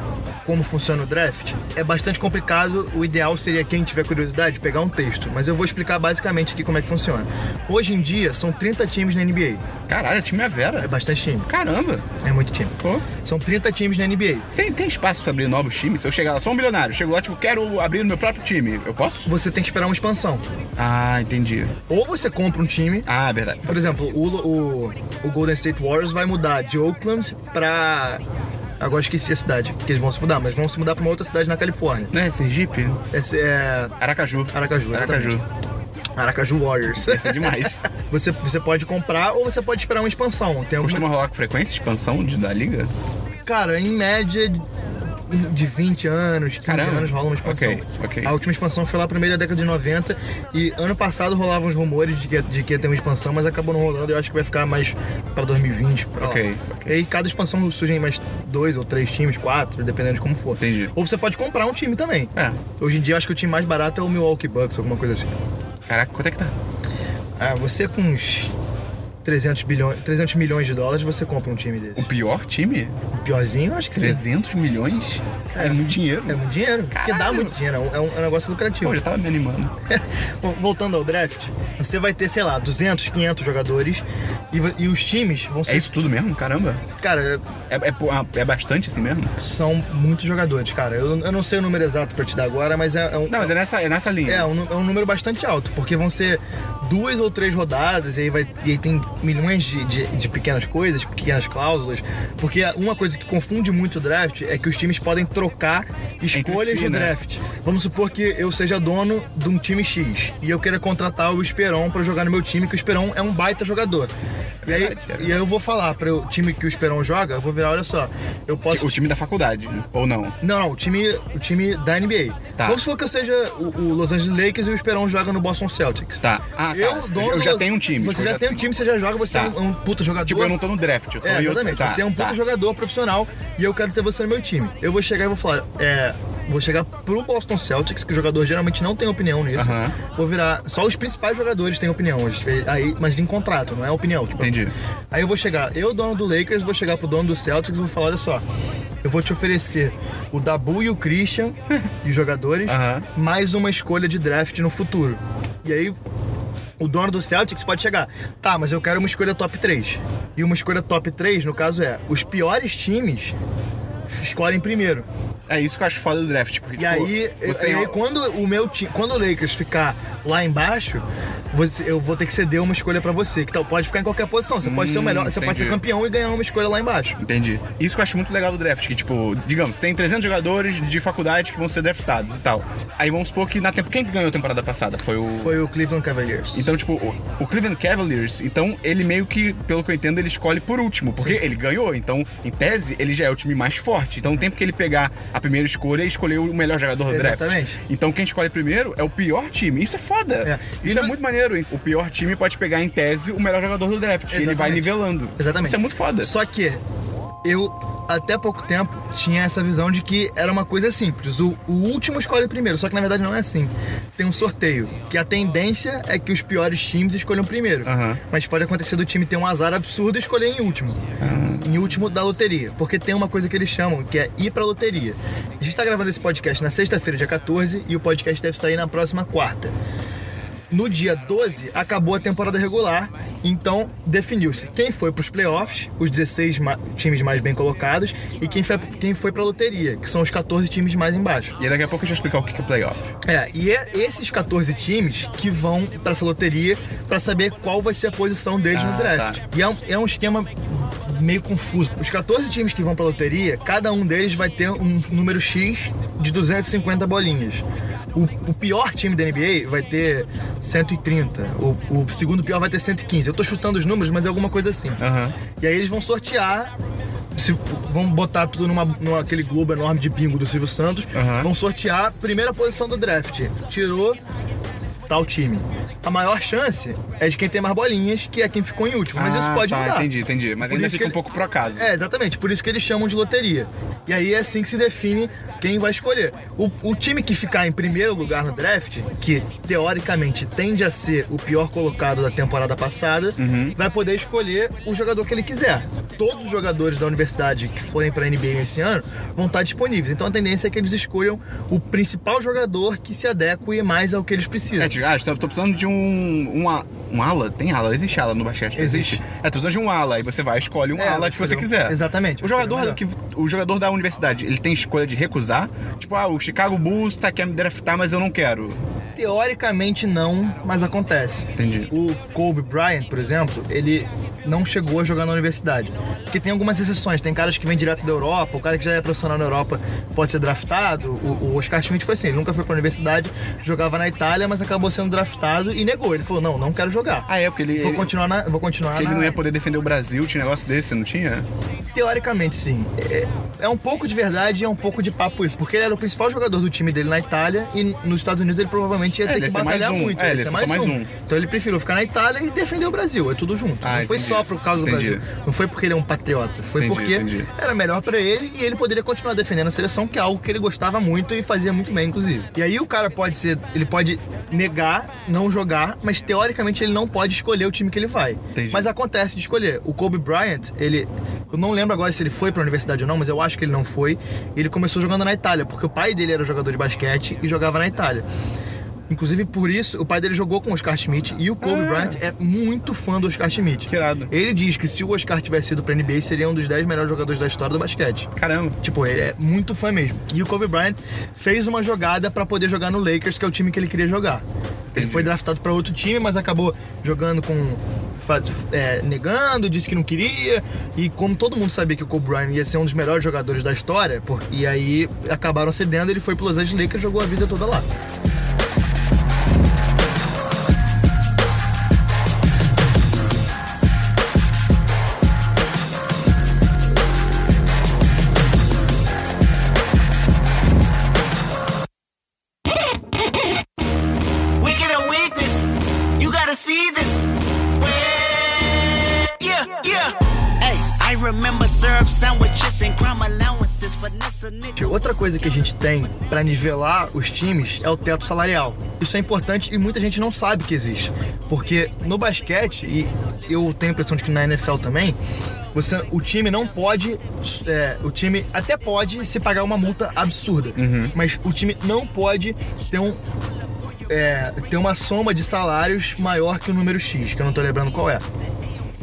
Speaker 1: como funciona o draft, é bastante complicado. O ideal seria quem tiver curiosidade pegar um texto, mas eu vou explicar basicamente aqui como é que funciona. Hoje em dia são 30 times na NBA.
Speaker 2: Caralho, time é vera.
Speaker 1: É bastante time.
Speaker 2: Caramba.
Speaker 1: É muito time.
Speaker 2: Pô.
Speaker 1: São 30 times na NBA.
Speaker 2: Tem, tem espaço pra abrir novos times? Se eu chegar lá, sou um milionário, chego lá, tipo, quero abrir o meu próprio time. Eu posso?
Speaker 1: Você tem que esperar uma expansão.
Speaker 2: Ah, entendi.
Speaker 1: Ou você compra um time
Speaker 2: Ah, verdade.
Speaker 1: Por exemplo, o, o, o Golden State Warriors vai mudar de Oakland pra. Agora esqueci a cidade que eles vão se mudar, mas vão se mudar pra uma outra cidade na Califórnia.
Speaker 2: Não é Sergipe?
Speaker 1: Esse é.
Speaker 2: Aracaju.
Speaker 1: Aracaju,
Speaker 2: Aracaju.
Speaker 1: exatamente. Aracaju Warriors.
Speaker 2: Isso é demais.
Speaker 1: Você, você pode comprar ou você pode esperar uma expansão. Tem alguma...
Speaker 2: Costuma rolar com frequência expansão de, da liga?
Speaker 1: Cara, em média de 20 anos, 15
Speaker 2: Caramba.
Speaker 1: anos rola uma expansão.
Speaker 2: Ok, ok.
Speaker 1: A última expansão foi lá pro meio da década de 90 e ano passado rolavam os rumores de que, de que ia ter uma expansão, mas acabou não rolando. Eu acho que vai ficar mais pra 2020. Pra lá.
Speaker 2: Ok, ok.
Speaker 1: E aí cada expansão surgem mais dois ou três times, quatro, dependendo de como for.
Speaker 2: Entendi.
Speaker 1: Ou você pode comprar um time também.
Speaker 2: É.
Speaker 1: Hoje em dia eu acho que o time mais barato é o Milwaukee Bucks, alguma coisa assim.
Speaker 2: Caraca, quanto é que tá?
Speaker 1: Ah, você com uns 300, bilhões, 300 milhões de dólares, você compra um time
Speaker 2: O
Speaker 1: desse.
Speaker 2: pior time?
Speaker 1: O piorzinho, eu acho que seria
Speaker 2: 300 milhões? É, muito dinheiro.
Speaker 1: É muito dinheiro, porque dá
Speaker 2: Caralho.
Speaker 1: muito dinheiro, é um, é um negócio lucrativo.
Speaker 2: Pô, já tava me animando.
Speaker 1: Bom, Voltando ao draft, você vai ter, sei lá, 200, 500 jogadores e, va- e os times vão ser.
Speaker 2: É isso tudo mesmo? Caramba.
Speaker 1: Cara,
Speaker 2: É, é, pô, ah, é bastante assim mesmo?
Speaker 1: são muitos jogadores, cara. Eu, eu não sei o número exato pra te dar agora, mas é, é um.
Speaker 2: Não, mas é nessa, é nessa linha.
Speaker 1: é um, nu- é um número bastante alto, porque vão ser duas ou três rodadas, e aí, vai, e aí tem milhões de, de- de pequenas coisas, pequenas cláusulas. Porque uma coisa que confunde muito o draft é que os times podem trocar escolhas
Speaker 2: si,
Speaker 1: no
Speaker 2: né?
Speaker 1: draft. Vamos supor que eu seja dono de um time X e eu queira contratar o Esperon pra jogar no meu time, que o Esperon é um baita jogador. E aí,
Speaker 2: verdade, é
Speaker 1: e aí eu vou falar para o time que o Esperon joga, eu vou virar, olha só, eu posso
Speaker 2: O time da faculdade, né? ou não?
Speaker 1: não, não, o time, o time da NBA.
Speaker 2: Tá.
Speaker 1: Vamos supor que eu seja o, o Los Angeles Lakers e o Esperão joga no Boston Celtics.
Speaker 2: Tá. Ah, tá.
Speaker 1: Eu, dono,
Speaker 2: eu já tenho um time.
Speaker 1: Você
Speaker 2: tipo, eu
Speaker 1: já tem um time, você já joga, você
Speaker 2: Tá.
Speaker 1: é um, um puta jogador.
Speaker 2: Tipo, eu não tô no draft, eu tô
Speaker 1: É,
Speaker 2: em outro-
Speaker 1: exatamente.
Speaker 2: tá,
Speaker 1: você é um puta
Speaker 2: tá.
Speaker 1: jogador profissional e eu quero ter você no meu time. Eu vou chegar e vou falar, é, vou chegar pro Boston Celtics, que o jogador geralmente não tem opinião nisso.
Speaker 2: Aham.
Speaker 1: Vou virar, só os principais jogadores têm opinião, aí, mas em contrato, não é opinião. tipo,
Speaker 2: Entendi.
Speaker 1: Aí eu vou chegar, eu, dono do Lakers, vou chegar pro dono do Celtics e vou falar: olha só, eu vou te oferecer o Dabu e o Christian, e os jogadores,
Speaker 2: Aham.
Speaker 1: mais uma escolha de draft no futuro. E aí. O dono do Celtics pode chegar, tá, mas eu quero uma escolha top 3. E uma escolha top 3, no caso, é os piores times escolhem primeiro.
Speaker 2: É isso que eu acho foda do draft. Porque, tipo,
Speaker 1: E aí,
Speaker 2: você é
Speaker 1: e
Speaker 2: um
Speaker 1: aí, quando o meu time, quando o Lakers ficar lá embaixo, você- eu vou ter que ceder uma escolha pra você, que tal, pode ficar em qualquer posição. Você pode ser o melhor, você pode
Speaker 2: Hum, entendi.
Speaker 1: ser campeão e ganhar uma escolha lá embaixo.
Speaker 2: Entendi. Isso que eu acho muito legal do draft, que tipo, digamos, tem 300 jogadores de faculdade que vão ser draftados e tal. Aí vamos supor que na tempo quem que ganhou a temporada passada foi o
Speaker 1: Foi o Cleveland Cavaliers.
Speaker 2: Então, tipo, o, o Cleveland Cavaliers, então ele meio que, pelo que eu entendo, ele escolhe por último, porque ele ganhou. Então, em tese, ele já é o time mais forte. Então, o tempo que ele pegar a primeira escolha é escolher o melhor jogador do draft.
Speaker 1: Exatamente.
Speaker 2: Então, quem escolhe primeiro é o pior time. Isso é foda.
Speaker 1: É. E
Speaker 2: Isso é
Speaker 1: não-
Speaker 2: muito maneiro. hein? O pior time pode pegar, em tese, o melhor jogador do draft. E ele vai
Speaker 1: Exatamente.
Speaker 2: nivelando.
Speaker 1: Exatamente.
Speaker 2: Isso é muito foda.
Speaker 1: Só que eu, até pouco tempo, tinha essa visão de que era uma coisa simples. O, o último escolhe primeiro, só que na verdade não é assim. Tem um sorteio, que a tendência é que os piores times escolham primeiro.
Speaker 2: Aham.
Speaker 1: Mas pode acontecer do time ter um azar absurdo e escolher em último.
Speaker 2: Ah.
Speaker 1: Em último da loteria. Porque tem uma coisa que eles chamam, que é ir pra loteria. A gente tá gravando esse podcast na sexta-feira, dia 14, e o podcast deve sair na próxima quarta. No dia 12, acabou a temporada regular, então definiu-se quem foi para os playoffs, os 16 ma- times mais bem colocados, e quem foi, quem foi para a loteria, que são os 14 times mais embaixo.
Speaker 2: E aí, daqui a pouco eu já explicar o que que é playoff.
Speaker 1: É, e é esses 14 times que vão para essa loteria para saber qual vai ser a posição deles
Speaker 2: Ah,
Speaker 1: no draft.
Speaker 2: tá.
Speaker 1: E é um, é um esquema meio confuso. Os 14 times que vão pra loteria, cada um deles vai ter um número X de 250 bolinhas. O, o pior time da NBA vai ter 130. O, o segundo pior vai ter 115. Eu tô chutando os números, mas é alguma coisa assim. E aí eles vão sortear. Se, vão botar tudo numa, numa- aquele globo enorme de bingo do Silvio Santos. Vão sortear a primeira posição do draft. Tirou tal time. A maior chance é de quem tem mais bolinhas, que é quem ficou em último. Mas
Speaker 2: Ah,
Speaker 1: isso pode
Speaker 2: tá,
Speaker 1: mudar.
Speaker 2: entendi, entendi. Mas ainda
Speaker 1: isso
Speaker 2: fica
Speaker 1: que
Speaker 2: um pouco pro acaso.
Speaker 1: É, exatamente. Por isso que eles chamam de loteria. E aí é assim que se define quem vai escolher. O, o time que ficar em primeiro lugar no draft, que teoricamente tende a ser o pior colocado da temporada passada,
Speaker 2: Uhum.
Speaker 1: vai poder escolher o jogador que ele quiser. Todos os jogadores da universidade que forem pra NBA nesse ano vão estar disponíveis. Então a tendência é que eles escolham o principal jogador que se adeque mais ao que eles precisam.
Speaker 2: É, tipo, ah, estou tô precisando de um, um, a- um ala. Tem ala? Existe ala no basquete? não Existe. É, tô precisando de um ala. E você vai, escolhe um
Speaker 1: É,
Speaker 2: ala
Speaker 1: vai
Speaker 2: que você
Speaker 1: escolher um-
Speaker 2: quiser.
Speaker 1: Exatamente,
Speaker 2: O
Speaker 1: vai escolher um
Speaker 2: jogador,
Speaker 1: o
Speaker 2: que, o jogador da universidade, ele tem escolha de recusar? Tipo, ah, o Chicago Bulls tá querendo me draftar, mas eu não quero.
Speaker 1: Teoricamente não, mas acontece.
Speaker 2: Entendi.
Speaker 1: O Kobe Bryant, por exemplo, ele não chegou a jogar na universidade. Porque tem algumas exceções. Tem caras que vêm direto da Europa, o cara que já é profissional na Europa pode ser draftado. O, o Oscar Schmidt foi assim, ele nunca foi pra universidade, jogava na Itália, mas acabou sendo draftado e negou. Ele falou, não, não quero jogar.
Speaker 2: Ah, é, porque ele...
Speaker 1: Vou continuar na... Vou continuar
Speaker 2: Porque ele
Speaker 1: na-
Speaker 2: não ia poder defender o Brasil, tinha negócio desse, não tinha?
Speaker 1: Teoricamente, sim. É, é um pouco de verdade e é um pouco de papo isso. Porque ele era o principal jogador do time dele na Itália e nos Estados Unidos ele provavelmente ia
Speaker 2: É,
Speaker 1: ter
Speaker 2: ele
Speaker 1: que
Speaker 2: ia ser mais
Speaker 1: batalhar
Speaker 2: um.
Speaker 1: muito.
Speaker 2: É,
Speaker 1: ia
Speaker 2: ele
Speaker 1: ser
Speaker 2: ia ser mais um.
Speaker 1: Então ele preferiu ficar na Itália e defender o Brasil. É tudo junto.
Speaker 2: Ah,
Speaker 1: não foi
Speaker 2: entendi.
Speaker 1: só por causa do
Speaker 2: Entendi.
Speaker 1: Brasil. Não foi porque ele é um patriota. Foi
Speaker 2: Entendi,
Speaker 1: porque
Speaker 2: entendi.
Speaker 1: era melhor pra ele e ele poderia continuar defendendo a seleção, que é algo que ele gostava muito e fazia muito bem, inclusive. E aí o cara pode ser. Ele pode negar, não jogar, mas teoricamente ele não pode escolher o time que ele vai. Mas acontece de escolher. O Kobe Bryant, ele. Eu não lembro agora se ele foi pra universidade ou não, mas eu acho que ele não foi. Ele começou jogando na Itália, porque o pai dele era jogador de basquete e jogava na Itália. Inclusive, por isso, o pai dele jogou com o Oscar Schmidt e o Kobe Bryant é muito fã do Oscar Schmidt. Ele diz que se o Oscar tivesse ido pra NBA, seria um dos 10 melhores jogadores da história do basquete.
Speaker 2: Caramba.
Speaker 1: Tipo, ele é muito fã mesmo. E o Kobe Bryant fez uma jogada pra poder jogar no Lakers, que é o time que ele queria jogar. Ele foi draftado pra outro time, mas acabou jogando com. faz- é, negando, disse que não queria. E como todo mundo sabia que o Kobe Bryant ia ser um dos melhores jogadores da história, por- e aí acabaram cedendo, ele foi pro Los Angeles Lakers e jogou a vida toda lá.
Speaker 8: Wicked and weakness. You gotta see this. Yeah, yeah. Hey, I remember syrup sandwiches and crumb allowances for Nessa nigga.
Speaker 1: Outra coisa que a gente tem pra nivelar os times é o teto salarial. Isso é importante e muita gente não sabe que existe. Porque no basquete, e eu tenho a impressão de que na NFL também, você, o time não pode. é, o time até pode se pagar uma multa absurda. Mas o time não pode ter um. é, ter uma soma de salários maior que o número X, que eu não tô lembrando qual é.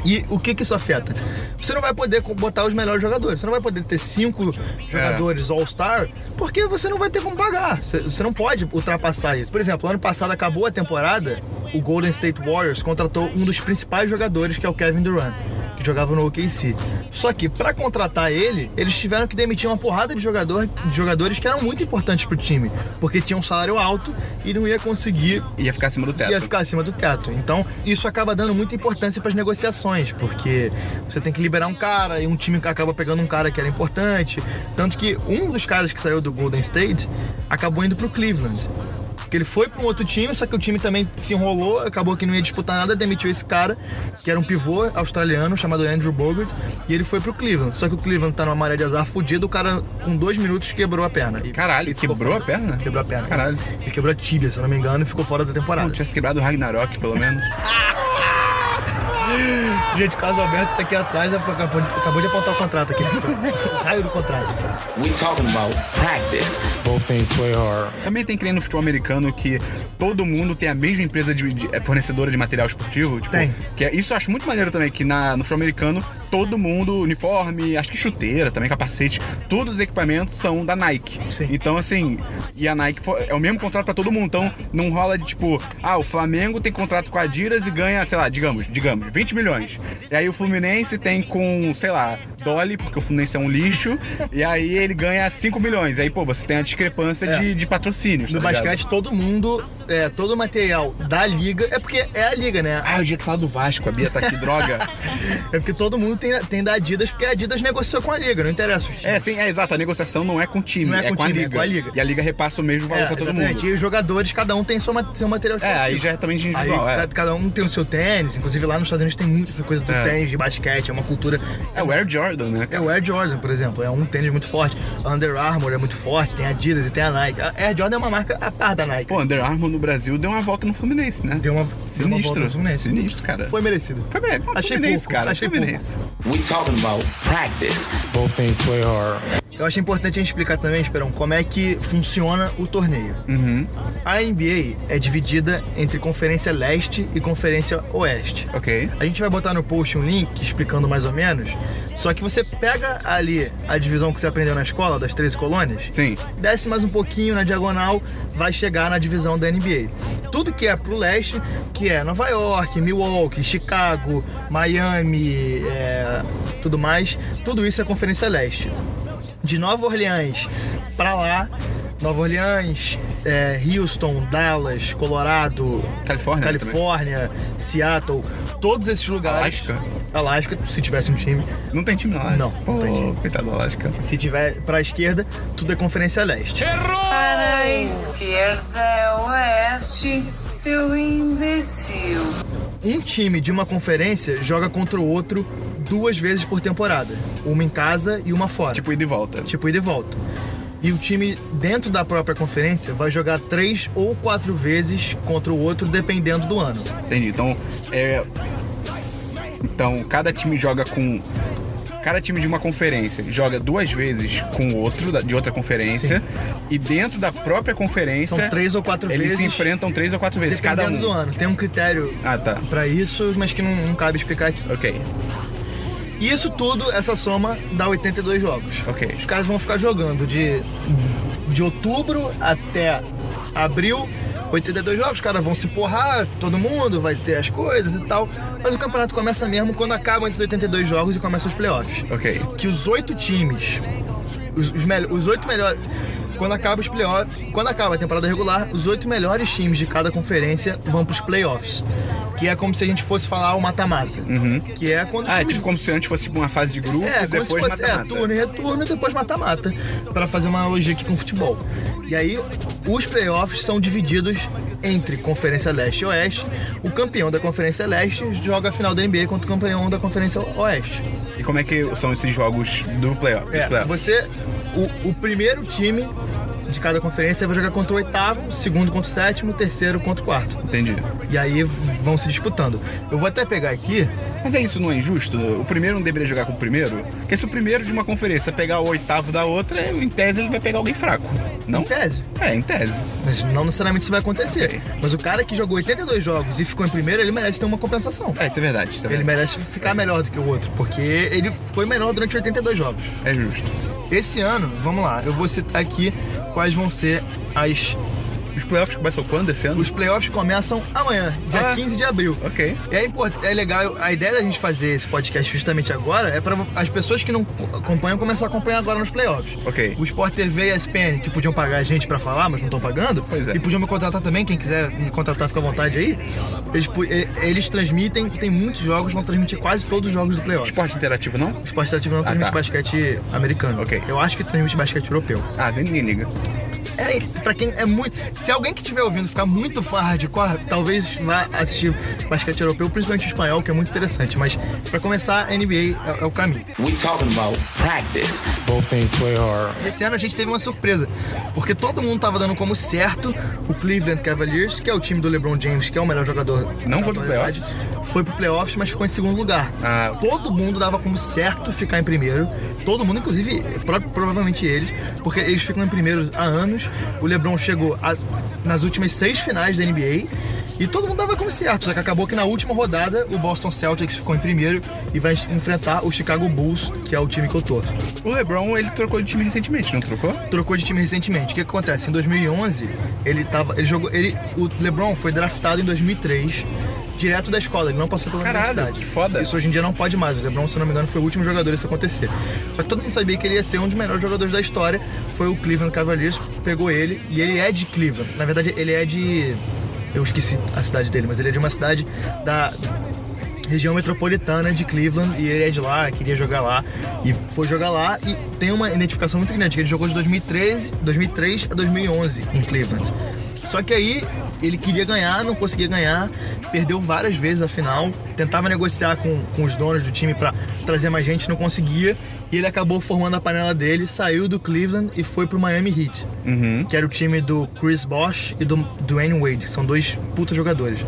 Speaker 1: E o que que isso afeta? Você não vai poder co- botar os melhores jogadores. Você não vai poder ter cinco jogadores All-Star, porque você não vai ter como pagar. Você você não pode ultrapassar isso. Por exemplo, ano passado acabou a temporada, o Golden State Warriors contratou um dos principais jogadores, que é o Kevin Durant, que jogava no OKC. Só que pra contratar ele, eles tiveram que demitir uma porrada de, jogador, de jogadores que eram muito importantes pro time, porque tinha um salário alto e não ia conseguir
Speaker 2: Ia ficar acima do teto.
Speaker 1: ia ficar acima do teto. Então, isso acaba dando muita importância para as negociações, porque você tem que liberar um cara e um time que acaba pegando um cara que era importante. Tanto que um dos caras que saiu do Golden State acabou indo pro Cleveland. Porque ele foi para um outro time, só que o time também se enrolou, acabou que não ia disputar nada, demitiu esse cara, que era um pivô australiano chamado Andrew Bogart, e ele foi pro Cleveland. Só que o Cleveland tá numa maré de azar fudido, o cara com dois minutos quebrou a perna. E
Speaker 2: Caralho, quebrou a perna?
Speaker 1: Quebrou a perna.
Speaker 2: Caralho.
Speaker 1: Ele quebrou a tíbia, se eu não me engano, e ficou fora da temporada.
Speaker 2: Não tivesse quebrado o Ragnarok, pelo menos.
Speaker 1: Gente, o Carlos Alberto tá aqui atrás, acabou de, acabou de apontar o contrato aqui. O raio do contrato.
Speaker 5: We talking about practice.
Speaker 6: Both things play hard.
Speaker 2: Também tem que nem no futebol americano que todo mundo tem a mesma empresa de, de- é fornecedora de material esportivo. Tipo,
Speaker 1: Tem.
Speaker 2: Que é, isso eu acho muito maneiro também, que na, no futebol americano todo mundo, uniforme, acho que chuteira também, capacete, todos os equipamentos são da Nike. Então, assim, e a Nike fo- é o mesmo contrato pra todo mundo. Então, não rola de tipo, ah, o Flamengo tem contrato com a Adidas e ganha, sei lá, digamos, digamos, 20 20 milhões. E aí o Fluminense tem com, sei lá, Dolly, porque o Fluminense é um lixo, e aí ele ganha 5 milhões. E aí, pô, você tem a discrepância
Speaker 1: É.
Speaker 2: de, de patrocínios.
Speaker 1: No
Speaker 2: tá ligado?
Speaker 1: basquete, todo mundo, é, todo o material da liga, é porque é a liga, né?
Speaker 2: Ah, eu tinha que falar do Vasco, a Bia tá aqui, droga.
Speaker 1: é porque todo mundo tem, tem da Adidas, porque a Adidas negociou com a liga, não interessa. os times.
Speaker 2: É, sim, é exato. A negociação não é com o time,
Speaker 1: Não é
Speaker 2: é,
Speaker 1: com
Speaker 2: com,
Speaker 1: o time, é
Speaker 2: a liga.
Speaker 1: com a liga. É,
Speaker 2: E a liga repassa o mesmo valor pra todo
Speaker 1: exatamente.
Speaker 2: mundo.
Speaker 1: E os jogadores, cada um tem seu, ma- seu material
Speaker 2: É, aí
Speaker 1: esportivo.
Speaker 2: já é também de individual,
Speaker 1: Aí,
Speaker 2: é.
Speaker 1: ca- Cada um tem o seu tênis, inclusive lá nos Estados Unidos tem muito essa coisa do
Speaker 2: É.
Speaker 1: tênis, de basquete, é uma cultura.
Speaker 2: É o Air Jordan, né?
Speaker 1: É o Air Jordan, por exemplo, é um tênis muito forte. A Under Armour é muito forte, tem a Adidas e tem a Nike. A Air Jordan é uma marca à par da Nike.
Speaker 2: Pô, Under Armour no Brasil deu uma volta no Fluminense, né?
Speaker 1: Deu uma, deu uma volta
Speaker 2: Sinistro.
Speaker 1: no Fluminense.
Speaker 2: Sinistro, cara.
Speaker 1: Foi merecido.
Speaker 2: Foi bem. Pô,
Speaker 1: Achei
Speaker 2: Fluminense,
Speaker 1: pouco,
Speaker 2: cara.
Speaker 1: achei
Speaker 2: Fluminense.
Speaker 5: We talking about practice.
Speaker 6: Both things play hard.
Speaker 1: Eu acho importante a gente explicar também, Esperão, como é que funciona o torneio.
Speaker 2: Uhum.
Speaker 1: A NBA é dividida entre Conferência Leste e Conferência Oeste.
Speaker 2: Ok.
Speaker 1: A gente vai botar no post um link explicando mais ou menos. Só que você pega ali a divisão que você aprendeu na escola, das 13 colônias.
Speaker 2: Sim.
Speaker 1: Desce mais um pouquinho na diagonal, vai chegar na divisão da NBA. Tudo que é pro leste, que é Nova York, Milwaukee, Chicago, Miami, é, tudo mais, tudo isso é Conferência Leste. De Nova Orleans pra lá, Nova Orleans, é, Houston, Dallas, Colorado,
Speaker 2: Califórnia
Speaker 1: Califórnia, Seattle, todos esses lugares.
Speaker 2: Alasca?
Speaker 1: Alasca, se tivesse um time.
Speaker 2: Não tem time na Alasca?
Speaker 1: Não,
Speaker 2: Pô,
Speaker 1: não tem time.
Speaker 2: coitado da Alasca.
Speaker 1: Se tiver pra esquerda, tudo é Conferência Leste.
Speaker 12: Para a esquerda é oeste, seu imbecil.
Speaker 1: Um time de uma conferência joga contra o outro duas vezes por temporada. Uma em casa e uma fora.
Speaker 2: Tipo, ida e volta.
Speaker 1: Tipo, ida e volta. E o time dentro da própria conferência vai jogar três ou quatro vezes contra o outro, dependendo do ano.
Speaker 2: Entendi. Então, é. Então, cada time joga com. Cada time de uma conferência joga duas vezes com o outro, da- de outra conferência. E dentro da própria conferência.
Speaker 1: São três ou quatro
Speaker 2: eles
Speaker 1: vezes.
Speaker 2: se enfrentam três ou quatro vezes
Speaker 1: dependendo
Speaker 2: cada um.
Speaker 1: do ano. Tem um critério
Speaker 2: Ah, tá.
Speaker 1: pra isso, mas que não, não cabe explicar aqui.
Speaker 2: Ok,
Speaker 1: E isso tudo, essa soma, dá 82 jogos.
Speaker 2: ok.
Speaker 1: Os caras vão ficar jogando de, de outubro até abril. 82 jogos, os caras vão se porrar, todo mundo vai ter as coisas e tal. Mas o campeonato começa mesmo quando acabam esses 82 jogos e começam os playoffs.
Speaker 2: Ok.
Speaker 1: Que os oito times, os, os, mel- os oito melhores. Quando acaba os playoffs, quando acaba a temporada regular, os oito melhores times de cada conferência vão pros playoffs. Que é como se a gente fosse falar o mata-mata. Que é quando os
Speaker 2: Ah, é
Speaker 1: times
Speaker 2: tipo como se antes fosse tipo, uma fase de grupos
Speaker 1: é,
Speaker 2: e
Speaker 1: como se
Speaker 2: depois
Speaker 1: fosse, é,
Speaker 2: mata-mata.
Speaker 1: turno e retorno e depois mata-mata, Pra fazer uma analogia aqui com o futebol. E aí, os playoffs são divididos entre Conferência Leste e Oeste. O campeão da Conferência Leste joga a final da NBA contra o campeão da Conferência Oeste.
Speaker 2: E como é que são esses jogos do playoff? dos
Speaker 1: É,
Speaker 2: playoff?
Speaker 1: você, o, o primeiro time de cada conferência vai jogar contra o oitavo, o segundo contra o sétimo, o terceiro contra o quarto.
Speaker 2: Entendi.
Speaker 1: E aí vão se disputando. Eu vou até pegar aqui.
Speaker 2: Mas é isso, não é injusto? O primeiro não deveria jogar com o primeiro? Porque se o primeiro de uma conferência pegar o oitavo da outra, em tese ele vai pegar alguém fraco. Não?
Speaker 1: Em tese.
Speaker 2: É, em tese.
Speaker 1: Mas não necessariamente isso vai acontecer. Mas o cara que jogou 82 jogos e ficou em primeiro, ele merece ter uma compensação.
Speaker 2: É, isso é verdade. Isso é,
Speaker 1: Ele
Speaker 2: verdade.
Speaker 1: merece ficar melhor do que o outro, porque ele foi melhor durante 82 jogos.
Speaker 2: é justo.
Speaker 1: Esse ano, vamos lá, eu vou citar aqui quais vão ser as.
Speaker 2: Os playoffs começam quando esse ano?
Speaker 1: Os playoffs começam amanhã, dia
Speaker 2: Ah.
Speaker 1: 15 de abril.
Speaker 2: Ok.
Speaker 1: É, import- é legal, a ideia da gente fazer esse podcast justamente agora é para as pessoas que não co- acompanham começar a acompanhar agora nos playoffs.
Speaker 2: Ok.
Speaker 1: O Sport TV e a ESPN, que podiam pagar a gente para falar, mas não estão pagando,
Speaker 2: Pois é.
Speaker 1: e podiam me contratar também, quem quiser me contratar fica à vontade aí, eles, pu- e- eles transmitem, tem muitos jogos, vão transmitir quase todos os jogos do playoff.
Speaker 2: Esporte interativo não?
Speaker 1: O Sport Interativo não
Speaker 2: Ah,
Speaker 1: transmite
Speaker 2: tá.
Speaker 1: basquete americano.
Speaker 2: Ok.
Speaker 1: Eu acho que transmite basquete europeu.
Speaker 2: Ah, vem ninguém liga.
Speaker 1: É, pra quem é muito. Se alguém que estiver ouvindo ficar muito fã hardcore, talvez vá assistir basquete europeu, principalmente o espanhol, que é muito interessante. Mas pra começar, a NBA é, é o caminho.
Speaker 5: We talking about practice.
Speaker 6: Both things play hard.
Speaker 1: Esse ano a gente teve uma surpresa, porque todo mundo tava dando como certo o Cleveland Cavaliers, que é o time do LeBron James, que é o melhor jogador.
Speaker 2: Não
Speaker 1: da
Speaker 2: foi pro
Speaker 1: atualidade. Foi pro playoffs, mas ficou em segundo lugar.
Speaker 2: Ah.
Speaker 1: Todo mundo dava como certo ficar em primeiro. Todo mundo, inclusive, pro- provavelmente eles, porque eles ficam em primeiro há anos. O LeBron chegou a- nas últimas seis finais da NBA. E todo mundo dava como certo, só que acabou que na última rodada o Boston Celtics ficou em primeiro e vai enfrentar o Chicago Bulls, que é o time que eu torço
Speaker 2: O LeBron, ele trocou de time recentemente, não trocou?
Speaker 1: trocou de time recentemente. O que, que acontece? Em 2011, ele tava, ele jogou, ele, o LeBron foi draftado em 2003, direto da escola, ele não passou pela
Speaker 2: Caralho,
Speaker 1: universidade.
Speaker 2: que foda.
Speaker 1: Isso hoje em dia não pode mais. O LeBron, se não me engano, foi o último jogador a isso acontecer. Só que todo mundo sabia que ele ia ser um dos melhores jogadores da história. Foi o Cleveland Cavaliers, pegou ele, e ele é de Cleveland. Na verdade, ele é de. Eu esqueci a cidade dele, mas ele é de uma cidade da região metropolitana de Cleveland e ele é de lá, queria jogar lá e foi jogar lá e tem uma identificação muito grande, que ele jogou de 2013, 2003 a 2011 em Cleveland. Só que aí ele queria ganhar, não conseguia ganhar, perdeu várias vezes a final, tentava negociar com, com os donos do time para trazer mais gente, não conseguia e ele acabou formando a panela dele, saiu do Cleveland e foi pro Miami Heat,
Speaker 2: Uhum.
Speaker 1: que era o time do Chris Bosh e do Dwayne Wade, que são dois putos jogadores.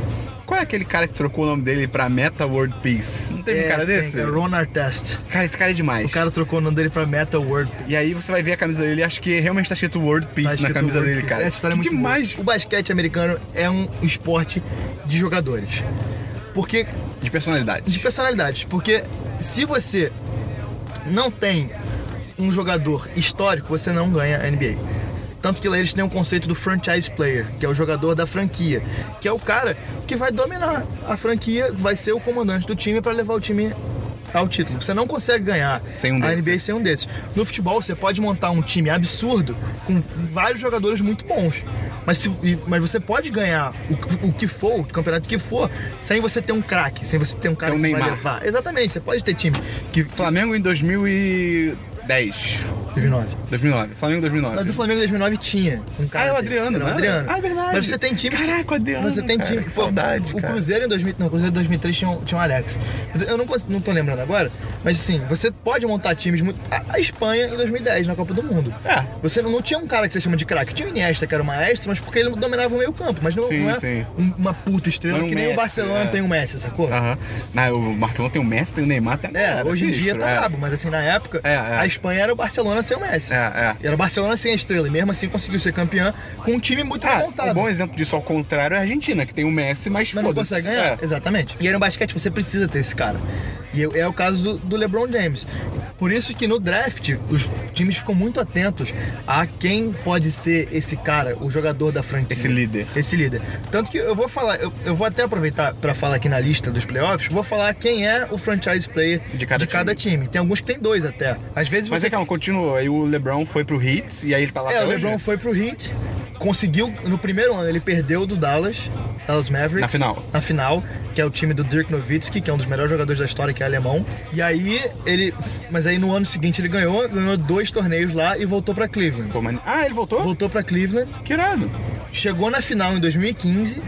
Speaker 2: Qual é aquele cara que trocou o nome dele pra Meta World Peace? Não teve um
Speaker 1: É,
Speaker 2: cara
Speaker 1: tem,
Speaker 2: desse?
Speaker 1: é Ron Artest.
Speaker 2: Cara, esse cara é demais.
Speaker 1: O cara trocou o nome dele pra Meta World Peace.
Speaker 2: E aí você vai ver a camisa dele e acho que realmente tá escrito World Peace
Speaker 1: Tá
Speaker 2: na
Speaker 1: escrito
Speaker 2: camisa
Speaker 1: World
Speaker 2: dele,
Speaker 1: Peace.
Speaker 2: cara.
Speaker 1: Essa história é
Speaker 2: Que
Speaker 1: muito
Speaker 2: demais.
Speaker 1: boa. O basquete americano é um esporte de jogadores. Porque.
Speaker 2: De personalidade.
Speaker 1: De personalidade. Porque se você não tem um jogador histórico, você não ganha a NBA. Tanto que lá eles têm um conceito do franchise player, que é o jogador da franquia, que é o cara que vai dominar a franquia, vai ser o comandante do time para levar o time ao título. Você não consegue ganhar
Speaker 2: Sem um
Speaker 1: a
Speaker 2: desses.
Speaker 1: NBA sem um desses. No futebol, você pode montar um time absurdo com vários jogadores muito bons. Mas, se- e- mas você pode ganhar o, o que for, o campeonato que for, sem você ter um craque, sem você ter um cara
Speaker 2: Tem um
Speaker 1: que vai
Speaker 2: Neymar.
Speaker 1: levar. Exatamente, você pode ter time que
Speaker 2: Flamengo em 2010.
Speaker 1: 2009.
Speaker 2: 2009. Flamengo 2009.
Speaker 1: Mas o Flamengo em 2009 tinha um cara.
Speaker 2: Ah, é o
Speaker 1: desse.
Speaker 2: Adriano,
Speaker 1: Era o
Speaker 2: né?
Speaker 1: Adriano.
Speaker 2: Ah, é verdade.
Speaker 1: Mas você tem times. que-
Speaker 2: Caraca, o Adriano,
Speaker 1: Você tem
Speaker 2: cara,
Speaker 1: time.
Speaker 2: que
Speaker 1: Pô,
Speaker 2: saudade,
Speaker 1: O
Speaker 2: cara.
Speaker 1: Cruzeiro em 2000. Não, o Cruzeiro em 2003 tinha um, tinha um Alex. Mas Eu não, cons- não tô lembrando agora. Mas assim, você pode montar times. muito- A, a Espanha em 2010, na Copa do Mundo. É. Você não, não tinha um cara que você chama de craque. Tinha o Iniesta, que era o maestro, mas porque ele dominava o meio campo. Mas não,
Speaker 2: Sim,
Speaker 1: não é
Speaker 2: sim.
Speaker 1: um- uma puta estrela
Speaker 2: Não é um
Speaker 1: que nem
Speaker 2: Messi,
Speaker 1: o Barcelona
Speaker 2: é.
Speaker 1: tem o Messi, sacou?
Speaker 2: Aham. Não, o Barcelona tem o Messi, tem o Neymar, tem a
Speaker 1: É,
Speaker 2: galera,
Speaker 1: hoje em dia
Speaker 2: sinistro,
Speaker 1: tá
Speaker 2: é.
Speaker 1: brabo, mas assim, na época,
Speaker 2: É, é.
Speaker 1: a Espanha era o Barcelona sem o Messi.
Speaker 2: É,
Speaker 1: E Era o Barcelona sem a estrela, e mesmo assim conseguiu ser campeã com um time muito
Speaker 2: Ah,
Speaker 1: montado.
Speaker 2: um bom exemplo disso ao contrário é a Argentina, que tem o Messi, mas,
Speaker 1: mas não
Speaker 2: foda-se.
Speaker 1: consegue ganhar.
Speaker 2: É.
Speaker 1: Exatamente. E aí no basquete você precisa ter esse cara. E eu- é o caso do, do LeBron James. Por isso que no draft os times ficam muito atentos a quem pode ser esse cara, o jogador da franquia.
Speaker 2: Esse líder.
Speaker 1: Esse líder. Tanto que eu vou falar, eu, eu vou até aproveitar pra falar aqui na lista dos playoffs, vou falar quem é o franchise player
Speaker 2: De cada
Speaker 1: time. Tem alguns que tem dois até. Às vezes
Speaker 2: Mas
Speaker 1: você
Speaker 2: é calma, continua. Aí o LeBron foi pro Heat e aí ele tá lá
Speaker 1: É,
Speaker 2: até
Speaker 1: o
Speaker 2: hoje,
Speaker 1: LeBron
Speaker 2: né?
Speaker 1: foi pro Heat, conseguiu no primeiro ano ele perdeu do Dallas, Dallas Mavericks.
Speaker 2: Na final.
Speaker 1: Na final, que é o time do Dirk Nowitzki, que é um dos melhores jogadores da história, que é alemão. E aí ele, mas aí no ano seguinte ele ganhou, ganhou dois torneios lá e voltou pra Cleveland.
Speaker 2: Ah, ele voltou?
Speaker 1: Voltou pra Cleveland.
Speaker 2: Que irado.
Speaker 1: Chegou na final em 2015.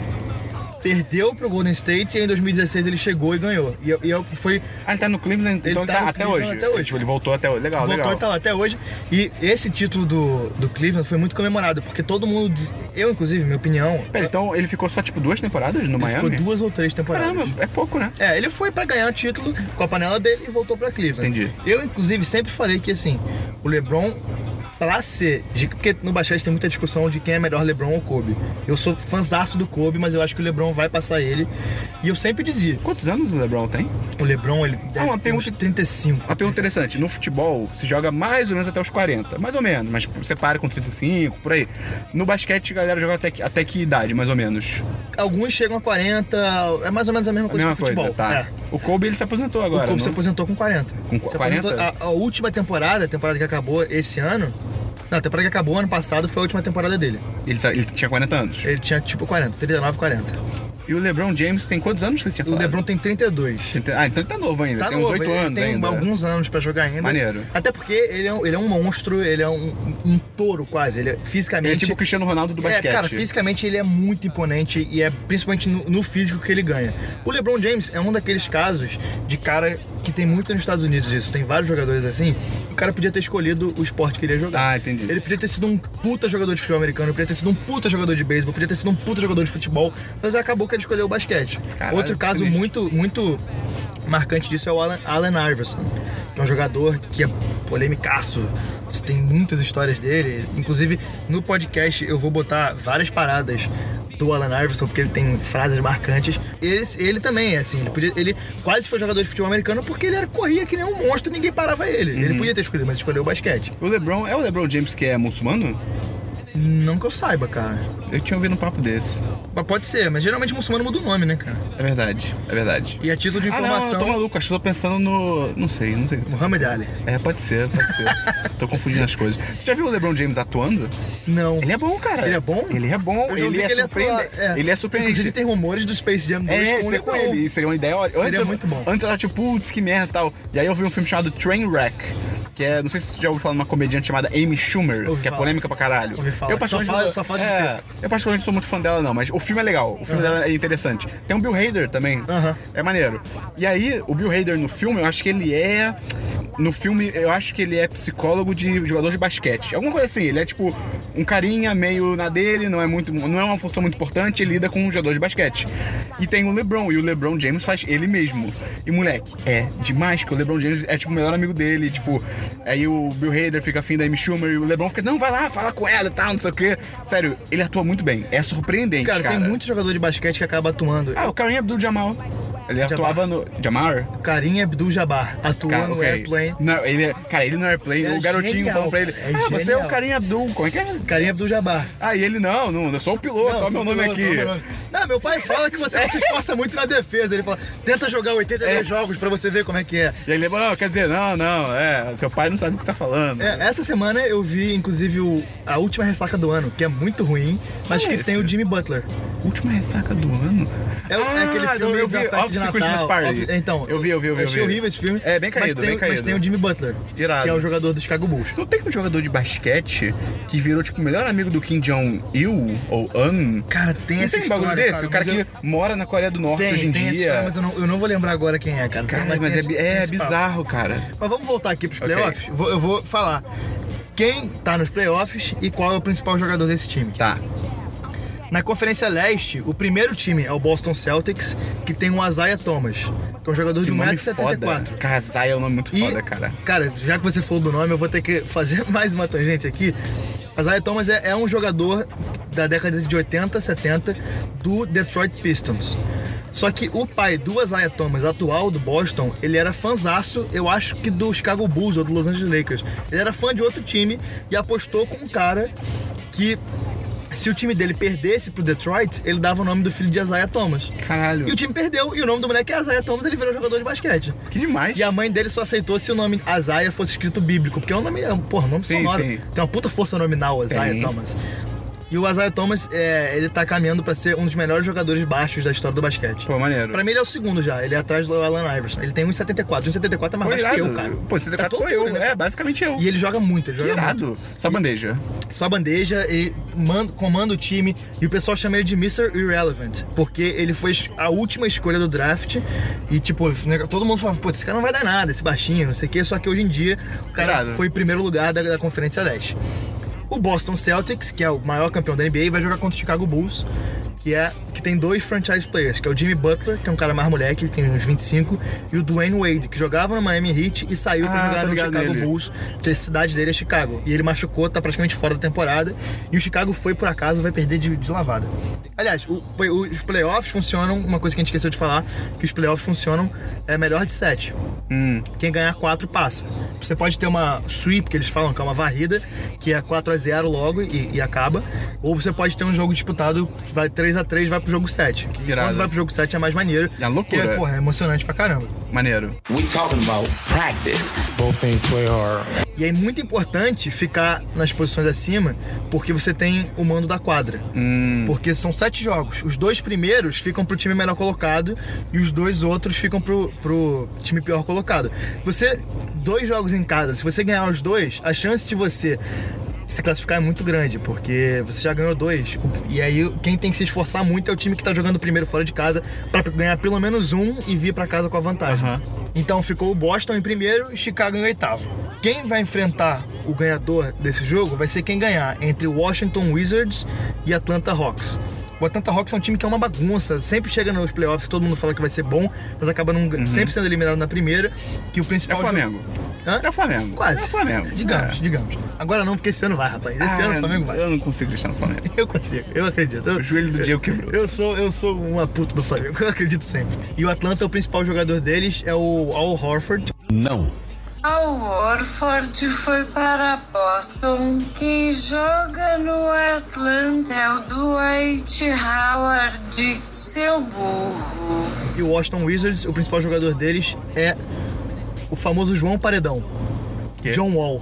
Speaker 1: Perdeu pro Golden State e em 2016 ele chegou e ganhou. E, eu- e eu- foi
Speaker 2: Ah, ele tá no Cleveland,
Speaker 1: Ele
Speaker 2: então ele
Speaker 1: tá
Speaker 2: tá,
Speaker 1: no
Speaker 2: até
Speaker 1: Cleveland
Speaker 2: hoje.
Speaker 1: até hoje.
Speaker 2: Tipo, ele voltou até hoje. Legal,
Speaker 1: Voltou
Speaker 2: legal.
Speaker 1: e tá lá até hoje. E esse título do, do Cleveland foi muito comemorado, porque todo mundo. diz- Eu, inclusive, minha opinião.
Speaker 2: Pera, então ele ficou só tipo duas temporadas no
Speaker 1: ele
Speaker 2: Miami?
Speaker 1: Ficou duas ou três temporadas.
Speaker 2: Caramba, é pouco, né?
Speaker 1: É, ele foi pra ganhar o título com a panela dele e voltou pra Cleveland.
Speaker 2: Entendi.
Speaker 1: Eu, inclusive, sempre falei que assim, o LeBron, pra ser. de- Porque no basquete tem muita discussão de quem é melhor, LeBron ou Kobe. Eu sou fãzaço do Kobe, mas eu acho que o LeBron vai passar ele. E eu sempre dizia.
Speaker 2: Quantos anos o LeBron tem?
Speaker 1: O LeBron, ele deve
Speaker 2: É uma
Speaker 1: ter uns
Speaker 2: pergunta-
Speaker 1: 35.
Speaker 2: Uma pergunta interessante. No futebol, se joga mais ou menos até os 40. Mais ou menos, mas você para com 35, por aí. No basquete, a galera joga até que, até que idade, mais ou menos?
Speaker 1: Alguns chegam a 40, é mais ou menos a mesma
Speaker 2: A
Speaker 1: coisa
Speaker 2: mesma
Speaker 1: que o futebol.
Speaker 2: coisa, tá?
Speaker 1: É.
Speaker 2: O Kobe, ele se aposentou agora,
Speaker 1: o Kobe
Speaker 2: não?
Speaker 1: se aposentou com 40.
Speaker 2: Com qu-
Speaker 1: Se aposentou-
Speaker 2: 40?
Speaker 1: A, a última temporada, a temporada que acabou esse ano. Não, a temporada que acabou ano passado foi a última temporada dele.
Speaker 2: Ele, sa- ele tinha 40 anos.
Speaker 1: Ele tinha tipo 40, 39, 40.
Speaker 2: E o LeBron James tem quantos anos que você tinha
Speaker 1: O
Speaker 2: falado?
Speaker 1: LeBron tem 32.
Speaker 2: Ah, então ele tá novo ainda.
Speaker 1: Tá
Speaker 2: tem
Speaker 1: novo,
Speaker 2: uns 8
Speaker 1: ele
Speaker 2: anos
Speaker 1: tem
Speaker 2: ainda.
Speaker 1: alguns anos pra jogar ainda.
Speaker 2: Maneiro.
Speaker 1: Até porque ele é, um- ele é um monstro, ele é um, um touro quase. Ele é fisicamente.
Speaker 2: Ele é tipo o Cristiano Ronaldo do basquete.
Speaker 1: É, cara, fisicamente ele é muito imponente e é principalmente no, no físico que ele ganha. O LeBron James é um daqueles casos de cara que tem muito nos Estados Unidos isso. Tem vários jogadores assim. O cara podia ter escolhido o esporte que ele ia jogar.
Speaker 2: Ah, entendi.
Speaker 1: Ele podia ter sido um puta jogador de futebol americano, podia ter sido um puta jogador de beisebol, podia ter sido um puta jogador de futebol, mas acabou que ele escolheu o basquete.
Speaker 2: Caralho,
Speaker 1: Outro caso
Speaker 2: sinistro.
Speaker 1: muito, muito marcante disso é o Allen, Allen Iverson, que é um jogador que é polemicaço. Você tem muitas histórias dele. Inclusive, no podcast eu vou botar várias paradas do Allen Iverson, porque ele tem frases marcantes. Ele, ele também é assim, ele, podia- ele quase foi jogador de futebol americano porque ele era, corria que nem um monstro,
Speaker 2: Uhum.
Speaker 1: ninguém parava ele. Ele podia ter escolhido, mas escolheu o basquete.
Speaker 2: O LeBron, é o LeBron James que é muçulmano?
Speaker 1: Não que eu saiba, cara.
Speaker 2: Eu tinha ouvido um papo desse.
Speaker 1: Mas pode ser, mas geralmente muçulmano muda o nome, né, cara?
Speaker 2: É verdade, é verdade.
Speaker 1: E a título de
Speaker 2: Ah, não,
Speaker 1: informação.
Speaker 2: eu tô maluco, acho que eu tô pensando no. Não sei, não sei.
Speaker 1: Muhammad Ali.
Speaker 2: É, pode ser, pode ser. tô confundindo as coisas. Tu já viu o LeBron James atuando?
Speaker 1: Não.
Speaker 2: Ele é bom, cara.
Speaker 1: Ele é bom?
Speaker 2: Ele é bom,
Speaker 1: Eu já
Speaker 2: ele
Speaker 1: ouvi
Speaker 2: é,
Speaker 1: que ele atua-
Speaker 2: surpreendente.
Speaker 1: é.
Speaker 2: Ele é surpreendente.
Speaker 1: Inclusive, tem rumores do Space Jam 2
Speaker 2: É,
Speaker 1: com o
Speaker 2: ser com
Speaker 1: LeBron.
Speaker 2: ele. Seria uma ideia ótima.
Speaker 1: Seria
Speaker 2: Antes, eu-
Speaker 1: muito bom.
Speaker 2: Antes eu tava tipo, putz, que merda e tal. E aí eu vi um filme chamado Trainwreck. Que é, não sei se você já ouviu falar de uma comediante chamada Amy Schumer,
Speaker 1: Ouvi
Speaker 2: que é
Speaker 1: falar.
Speaker 2: polêmica pra caralho.
Speaker 1: Ouvi falar.
Speaker 2: Eu particularmente,
Speaker 1: Só fala- só fala de Uhum.
Speaker 2: é, eu particularmente não sou muito fã dela, não, mas o filme é legal. O filme dela é interessante. Tem o Bill Hader também. É maneiro. E aí, o Bill Hader no filme, eu acho que ele é. No filme, eu acho que ele é psicólogo de jogador de basquete. Alguma coisa assim. Ele é tipo um carinha meio na dele, não é muito, não é uma função muito importante, ele lida com um jogador de basquete. E tem o LeBron, e o LeBron James faz ele mesmo. E moleque, é demais que o LeBron James é tipo o melhor amigo dele, tipo, aí o Bill Hader fica afim da Amy Schumer e o LeBron fica, não, vai lá, fala com ela e tal, não sei o quê. Sério, ele atua muito bem. É surpreendente, cara.
Speaker 1: Cara, tem muito jogador de basquete que acaba atuando.
Speaker 2: Ah, o Karim Abdul-Jamal. Ele atuava no Jamar?
Speaker 1: Karim Abdul-Jabbar atuou
Speaker 2: Cara,
Speaker 1: no
Speaker 2: ok.
Speaker 1: Airplane.
Speaker 2: Não, ele, é- cara, ele no Airplane,
Speaker 1: É
Speaker 2: o garotinho
Speaker 1: genial,
Speaker 2: falando pra ele,
Speaker 1: cara, é
Speaker 2: ah, você é
Speaker 1: genial."
Speaker 2: o Karim Abdul, como é que é?
Speaker 1: Karim Abdul-Jabbar.
Speaker 2: Ah, e ele, não, não, eu sou o piloto, olha
Speaker 1: só
Speaker 2: o meu nome
Speaker 1: pelo-
Speaker 2: aqui.
Speaker 1: pelo- Não, meu pai fala que você não se esforça muito na defesa. Ele fala, tenta jogar 82 jogos pra você ver como é que é.
Speaker 2: E aí ele falou, não, quer dizer, não, não, é, seu pai não sabe o que tá falando.
Speaker 1: É, essa semana eu vi, inclusive, o- a última ressaca do ano, que é muito ruim, mas
Speaker 2: Que
Speaker 1: que
Speaker 2: é
Speaker 1: tem
Speaker 2: esse?
Speaker 1: o Jimmy Butler.
Speaker 2: Última ressaca do ano?
Speaker 1: É, o- é aquele
Speaker 2: Ah,
Speaker 1: filme
Speaker 2: eu
Speaker 1: da
Speaker 2: vi,
Speaker 1: festa de
Speaker 2: Office
Speaker 1: Natal.
Speaker 2: Christmas Party.
Speaker 1: Office- Então,
Speaker 2: Eu vi, eu vi, eu vi, eu
Speaker 1: achei
Speaker 2: vi.
Speaker 1: horrível esse filme.
Speaker 2: É, bem
Speaker 1: mas
Speaker 2: caído,
Speaker 1: tem,
Speaker 2: bem caído.
Speaker 1: Mas tem um o Jimmy Butler,
Speaker 2: Irado.
Speaker 1: que é o jogador do Chicago Bulls.
Speaker 2: Não tem um jogador de basquete que virou, tipo, o melhor amigo do Kim Jong-il ou An?
Speaker 1: Cara, tem
Speaker 2: Não
Speaker 1: essa
Speaker 2: tem um bagulho
Speaker 1: história,
Speaker 2: desse?
Speaker 1: cara,
Speaker 2: o cara
Speaker 1: mas
Speaker 2: que
Speaker 1: eu-
Speaker 2: mora na Coreia do Norte
Speaker 1: Tem,
Speaker 2: hoje em
Speaker 1: tem esse
Speaker 2: dia.
Speaker 1: filme, mas eu não, eu não vou lembrar agora quem é, cara.
Speaker 2: Cara, mas
Speaker 1: tem
Speaker 2: é,
Speaker 1: esse-
Speaker 2: bi-
Speaker 1: tem
Speaker 2: é
Speaker 1: esse papo.
Speaker 2: bizarro, cara.
Speaker 1: Mas vamos voltar aqui pros
Speaker 2: Ok.
Speaker 1: playoffs. Vou- eu vou falar quem tá nos playoffs e qual é o principal jogador desse time.
Speaker 2: Tá.
Speaker 1: Na Conferência Leste, o primeiro time é o Boston Celtics, que tem o Isaiah Thomas, que é um jogador
Speaker 2: Que
Speaker 1: de
Speaker 2: nome
Speaker 1: 1,74m.
Speaker 2: foda. Kazai é um nome muito
Speaker 1: E-
Speaker 2: foda, cara.
Speaker 1: Cara, já que você falou do nome, eu vou ter que fazer mais uma tangente aqui. Isaiah Thomas é, é um jogador da década de 80, 70 do Detroit Pistons. Só que o pai do Isaiah Thomas, atual do Boston, ele era fanzaço, eu acho que do Chicago Bulls ou do Los Angeles Lakers. Ele era fã de outro time e apostou com um cara que, se o time dele perdesse pro Detroit, ele dava o nome do filho de Isaiah Thomas.
Speaker 2: Caralho.
Speaker 1: E o time perdeu, e o nome do moleque é Isaiah Thomas, ele virou jogador de basquete.
Speaker 2: Que demais.
Speaker 1: E a mãe dele só aceitou se o nome Azaia fosse escrito bíblico, porque é um nome, é um- porra, um nome
Speaker 2: Sim,
Speaker 1: sonoro.
Speaker 2: sim.
Speaker 1: Tem uma puta força nominal, Azaia
Speaker 2: Tem.
Speaker 1: Thomas. E o Azaia Thomas, é, ele tá caminhando pra ser um dos melhores jogadores baixos da história do basquete.
Speaker 2: Pô, maneiro.
Speaker 1: Pra mim ele é o segundo já, ele é atrás do Allen Iverson. Ele tem 1,74. 1,74 é mais
Speaker 2: Pô,
Speaker 1: baixo que
Speaker 2: irado.
Speaker 1: eu, cara.
Speaker 2: Pô, 74
Speaker 1: É a
Speaker 2: sou
Speaker 1: tua
Speaker 2: eu.
Speaker 1: altura, né?
Speaker 2: É, basicamente eu.
Speaker 1: E ele joga muito, ele
Speaker 2: Que
Speaker 1: joga muito.
Speaker 2: irado. Só bandeja.
Speaker 1: Só bandeja e manda- comanda o time. E o pessoal chama ele de Mr. Irrelevant, porque ele foi a última escolha do draft. E, tipo, né, todo mundo falava, pô, esse cara não vai dar nada, esse baixinho, não sei o quê. Só que hoje em dia, o cara
Speaker 2: Irado.
Speaker 1: foi em primeiro lugar da, da Conferência Leste. O Boston Celtics, que é o maior campeão da NBA, vai jogar contra o Chicago Bulls, que é que tem dois franchise players, que é o Jimmy Butler, que é um cara mais moleque, ele tem uns 25, e o Dwayne Wade, que jogava no Miami Heat e saiu
Speaker 2: Ah,
Speaker 1: pra
Speaker 2: tô
Speaker 1: jogar no
Speaker 2: ligado
Speaker 1: Chicago
Speaker 2: nele.
Speaker 1: Bulls. Bulls, que a cidade dele é Chicago. E ele machucou, tá praticamente fora da temporada. E o Chicago foi por acaso, vai perder de, de lavada. Aliás, o- o- os playoffs funcionam, uma coisa que a gente esqueceu de falar, que os playoffs funcionam é melhor de sete. Quem ganhar quatro passa. Você pode ter uma sweep, que eles falam, que é uma varrida, que é 4 a 0 logo e, e acaba. Ou você pode ter um jogo disputado, que vai 3 a 3 vai pro jogo 7. E
Speaker 2: irado.
Speaker 1: quando vai pro jogo 7 é mais maneiro.
Speaker 2: É loucura.
Speaker 1: Porque, porra, é emocionante pra caramba.
Speaker 2: Maneiro.
Speaker 5: We talking about practice.
Speaker 6: Both things play hard.
Speaker 1: E é muito importante ficar nas posições acima, porque você tem o mando da quadra. Porque são sete jogos. Os dois primeiros ficam pro time melhor colocado e os dois outros ficam pro, pro time pior colocado. Você, dois jogos em casa, se você ganhar os dois, a chance de você se classificar é muito grande, porque você já ganhou dois. E aí quem tem que se esforçar muito é o time que tá jogando primeiro fora de casa pra ganhar pelo menos um e vir pra casa com a vantagem. Então ficou o Boston em primeiro e Chicago em oitavo. Quem vai enfrentar o ganhador desse jogo vai ser quem ganhar entre Washington Wizards e Atlanta Hawks. O Atlanta Hawks é um time que é uma bagunça, sempre chega nos playoffs, todo mundo fala que vai ser bom, mas acaba não- sempre sendo eliminado na primeira, que o
Speaker 2: Uhum. É
Speaker 1: principal
Speaker 2: o
Speaker 1: jogo-
Speaker 2: Flamengo.
Speaker 1: Hã?
Speaker 2: É o Flamengo.
Speaker 1: Quase.
Speaker 2: É o Flamengo.
Speaker 1: Digamos,
Speaker 2: É. Ah,
Speaker 1: digamos. Agora não, porque esse ano vai, rapaz. Esse ano o Flamengo vai.
Speaker 2: Eu não consigo deixar no Flamengo.
Speaker 1: Eu consigo, eu acredito. Eu-
Speaker 2: O joelho do Diego quebrou.
Speaker 1: Eu sou, eu sou uma puta do Flamengo, eu acredito sempre. E o Atlanta, o principal jogador deles é o Al Horford.
Speaker 5: Não.
Speaker 12: Al Warford foi para Boston. Quem joga no Atlanta é o Dwight Howard, seu burro.
Speaker 1: E o Washington Wizards, o principal jogador deles é o famoso João Paredão. John Wall.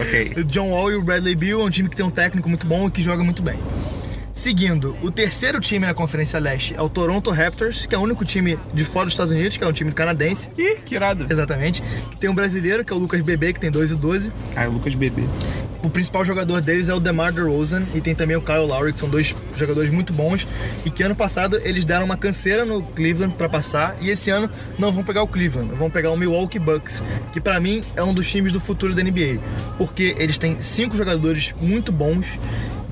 Speaker 2: ok.
Speaker 1: O John Wall e o Bradley Beal é um time que tem um técnico muito bom e que joga muito bem. Seguindo, o terceiro time na Conferência Leste é o Toronto Raptors, que é o único time de fora dos Estados Unidos, que é um time canadense.
Speaker 2: Ih, que irado.
Speaker 1: Exatamente. Tem um brasileiro, que é o Lucas Bebê, que tem 2 e 12.
Speaker 2: Ah, é o Lucas Bebê.
Speaker 1: O principal jogador deles é o DeMar DeRozan e tem também o Kyle Lowry, que são dois jogadores muito bons e que ano passado eles deram uma canseira no Cleveland pra passar e esse ano não vão pegar o Cleveland, vão pegar o Milwaukee Bucks, que pra mim é um dos times do futuro da NBA, porque eles têm cinco jogadores muito bons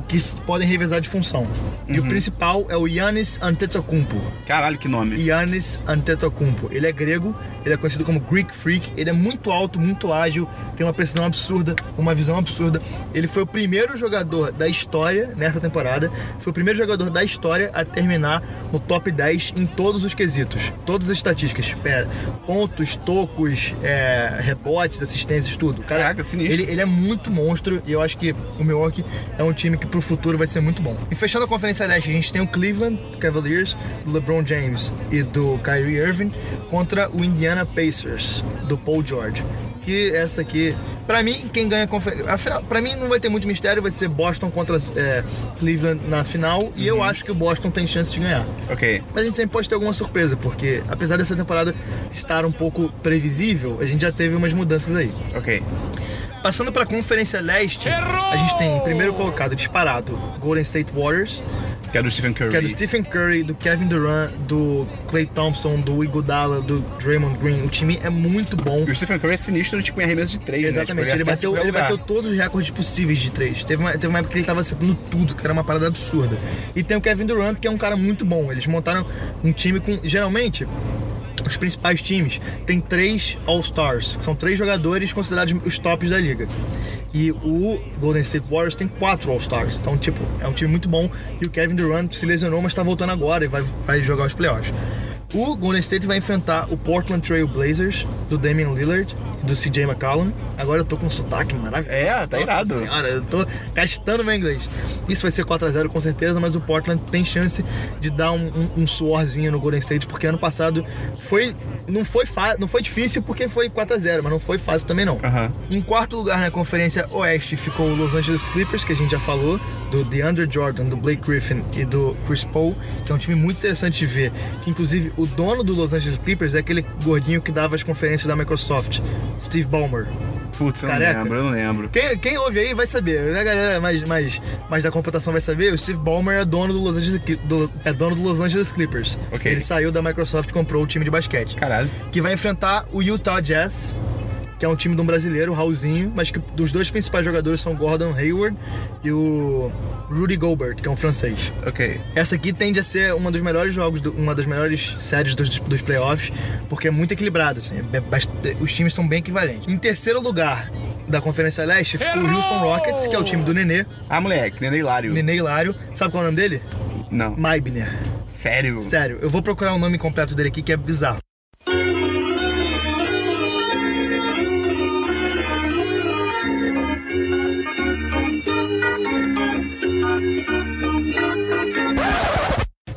Speaker 1: que s- podem revezar de função. E o principal é o Yannis Antetokounmpo.
Speaker 2: Caralho, que nome.
Speaker 1: Yannis Antetokounmpo. Ele é grego, ele é conhecido como Greek Freak, ele é muito alto, muito ágil, tem uma precisão absurda, uma visão absurda. Ele foi o primeiro jogador da história nessa temporada, foi o primeiro jogador da história a terminar no top 10 em todos os quesitos, todas as estatísticas, é, pontos, tocos, é, rebotes, assistências, tudo. Cara,
Speaker 2: Caraca, sinistro.
Speaker 1: Ele, ele é muito monstro e eu acho que o Milwaukee é um time que pro futuro vai ser muito bom. E fechando a Conferência Leste, a gente tem o Cleveland Cavaliers, do LeBron James e do Kyrie Irving contra o Indiana Pacers, do Paul George. Que essa aqui, pra mim, quem ganha a conferência. Afinal, pra mim não vai ter muito mistério, vai ser Boston contra é, Cleveland na final. E
Speaker 2: Uhum.
Speaker 1: eu acho que o Boston tem chance de ganhar.
Speaker 2: Ok.
Speaker 1: Mas a gente sempre pode ter alguma surpresa, porque apesar dessa temporada estar um pouco previsível, a gente já teve umas mudanças aí.
Speaker 2: Ok.
Speaker 1: Passando para a Conferência Leste, a gente tem em primeiro colocado disparado Golden State Warriors,
Speaker 2: Que é do Stephen Curry.
Speaker 1: que é do Stephen Curry, do Kevin Durant, do Clay Thompson, do Iguodala, do Draymond Green. O time é muito bom.
Speaker 2: E o Stephen Curry é sinistro, tipo, em arremesso de três,
Speaker 1: Exatamente,
Speaker 2: né? Tipo,
Speaker 1: ele,
Speaker 2: acerta
Speaker 1: bateu,
Speaker 2: qualquer
Speaker 1: ele
Speaker 2: lugar.
Speaker 1: bateu todos os recordes possíveis de três. Teve uma, teve uma época que ele tava acertando tudo, que era uma parada absurda. E tem o Kevin Durant, que é um cara muito bom. Eles montaram um time com. Geralmente. Os principais times têm três All-Stars, que são três jogadores considerados os tops da liga. E o Golden State Warriors tem quatro All-Stars. Então, tipo, é um time muito bom. E o Kevin Durant se lesionou, mas tá voltando agora e vai, vai jogar os playoffs. O Golden State vai enfrentar o Portland Trail Blazers, do Damian Lillard e do CJ McCollum. Agora eu tô com um sotaque maravilhoso.
Speaker 2: É, tá
Speaker 1: Nossa
Speaker 2: irado.
Speaker 1: Senhora, eu tô gastando meu inglês. Isso vai ser 4x0 com certeza, mas o Portland tem chance de dar um, um- um suorzinho no Golden State, porque ano passado foi não foi, fa- não foi difícil porque foi 4x0, mas não foi fácil também não. Em quarto lugar na Conferência Oeste ficou o Los Angeles Clippers, que a gente já falou, do DeAndre Jordan, do Blake Griffin e do Chris Paul, que é um time muito interessante de ver. Que inclusive o dono do Los Angeles Clippers é aquele gordinho que dava as conferências da Microsoft, Steve Ballmer.
Speaker 2: Putz, eu não
Speaker 1: Careca.
Speaker 2: lembro, eu não lembro.
Speaker 1: Quem, quem ouve aí vai saber, né, galera? Mas, mas, mas da computação vai saber. O Steve Ballmer é dono do Los Angeles, Cli- do- é dono do Los Angeles Clippers.
Speaker 2: Ok.
Speaker 1: Ele saiu da Microsoft e comprou o time de basquete.
Speaker 2: Caralho.
Speaker 1: Que vai enfrentar o Utah Jazz, que é um time de um brasileiro, o Raulzinho, mas que os dois principais jogadores são Gordon Hayward e o Rudy Gobert, que é um francês.
Speaker 2: Ok.
Speaker 1: Essa aqui tende a ser uma dos melhores jogos, do- uma das melhores séries dos, dos playoffs, porque é muito equilibrado, assim, é bast- os times são bem equivalentes. Em terceiro lugar da Conferência Leste ficou o Houston Rockets, que é o time do Nenê.
Speaker 2: Ah, moleque, Nenê Hilário.
Speaker 1: Nenê Hilário. Sabe qual é o nome dele?
Speaker 2: Não.
Speaker 1: Maibner.
Speaker 2: Sério?
Speaker 1: Sério, eu vou procurar o nome completo dele aqui, que é bizarro.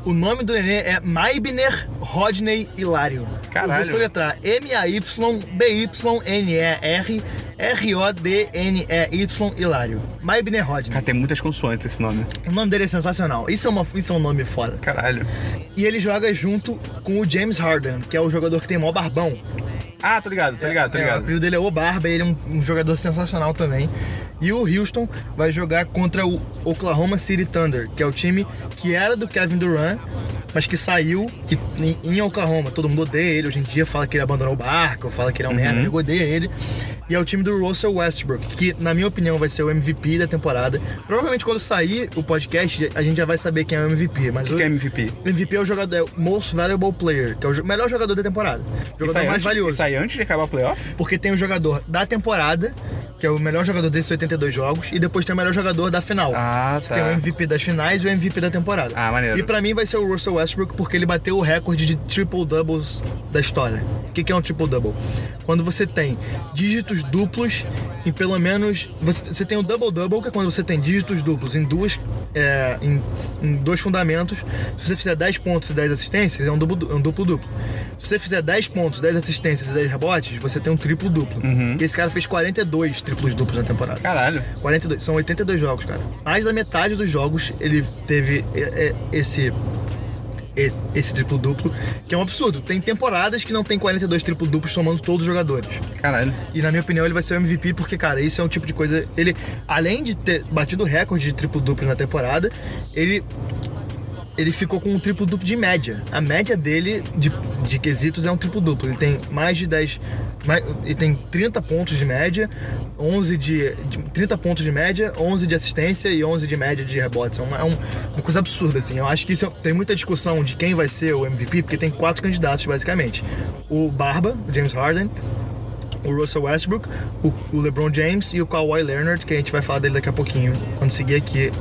Speaker 1: O nome do nenê é Maibner Rodney Hilário.
Speaker 2: Caralho.
Speaker 1: Eu vou soletrar M-A-Y-B-Y-N-E-R R-O-D-N-E-Y Hilário. Maibner Rodney.
Speaker 2: Cara, Ah, tem muitas consoantes esse nome.
Speaker 1: O nome dele é sensacional. Isso é, uma, isso é um nome foda.
Speaker 2: Caralho.
Speaker 1: E ele joga junto com o James Harden, que é o jogador que tem o maior barbão.
Speaker 2: Ah, tô ligado, tô ligado, tô
Speaker 1: É, o
Speaker 2: ligado.
Speaker 1: apelido dele é O Barba, ele é um, um jogador sensacional também. E o Houston vai jogar contra o Oklahoma City Thunder, que é o time que era do Kevin Durant, mas que saiu que, em, em Oklahoma. Todo mundo odeia ele hoje em dia, fala que ele abandonou o barco, fala
Speaker 2: Uhum.
Speaker 1: que ele é um merda, nego odeia ele. E é o time do Russell Westbrook, que na minha opinião vai ser o MVP da temporada. Provavelmente quando sair o podcast, a gente já vai saber quem é o MVP. Mas
Speaker 2: O que, que é MVP?
Speaker 1: MVP é o jogador é o Most Valuable Player, que é o jo- melhor jogador da temporada. Jogador
Speaker 2: Isso aí
Speaker 1: mais
Speaker 2: antes-
Speaker 1: valioso.
Speaker 2: isso aí sai antes de acabar o playoff?
Speaker 1: Porque tem o jogador da temporada, que é o melhor jogador desses 82 jogos, e depois tem o melhor jogador da final.
Speaker 2: Ah,
Speaker 1: Você tem o MVP das finais e o MVP da temporada.
Speaker 2: Ah, maneiro.
Speaker 1: E pra mim vai ser o Russell Westbrook, porque ele bateu o recorde de triple-doubles da história. O que que é um triple-double? Quando você tem dígitos duplos em pelo menos... Você, você tem o double-double, que é quando você tem dígitos duplos em duas... é, em, em dois fundamentos. Se você fizer 10 pontos e 10 assistências, é um duplo-duplo. um duplo -duplo. Se você fizer 10 pontos, 10 assistências e 10 rebotes, você tem um triplo-duplo. E Esse cara fez 42 triplos-duplos na temporada.
Speaker 2: Caralho.
Speaker 1: 42. São 82 jogos, cara. Mais da metade dos jogos ele teve é, é, esse. é, Esse triplo-duplo, que é um absurdo. Tem temporadas que não tem 42 triplo-duplos somando todos os jogadores.
Speaker 2: Caralho.
Speaker 1: E na minha opinião ele vai ser o MVP porque, cara, isso é um tipo de coisa. Ele, além de ter batido o recorde de triplo-duplos na temporada, ele. Ele ficou com um triplo-duplo de média. A média dele de, de quesitos é um triplo-duplo. Ele tem mais de 10. mais- ele tem 30 pontos de média, 11 de, de. 30 pontos de média, 11 de assistência e 11 de média de rebotes. É uma, é um- uma coisa absurda, assim. Eu acho que isso é- tem muita discussão de quem vai ser o MVP, porque tem quatro candidatos, basicamente: o Barba, o James Harden, o Russell Westbrook, o, o LeBron James e o Kawhi Leonard, que a gente vai falar dele daqui a pouquinho, quando seguir aqui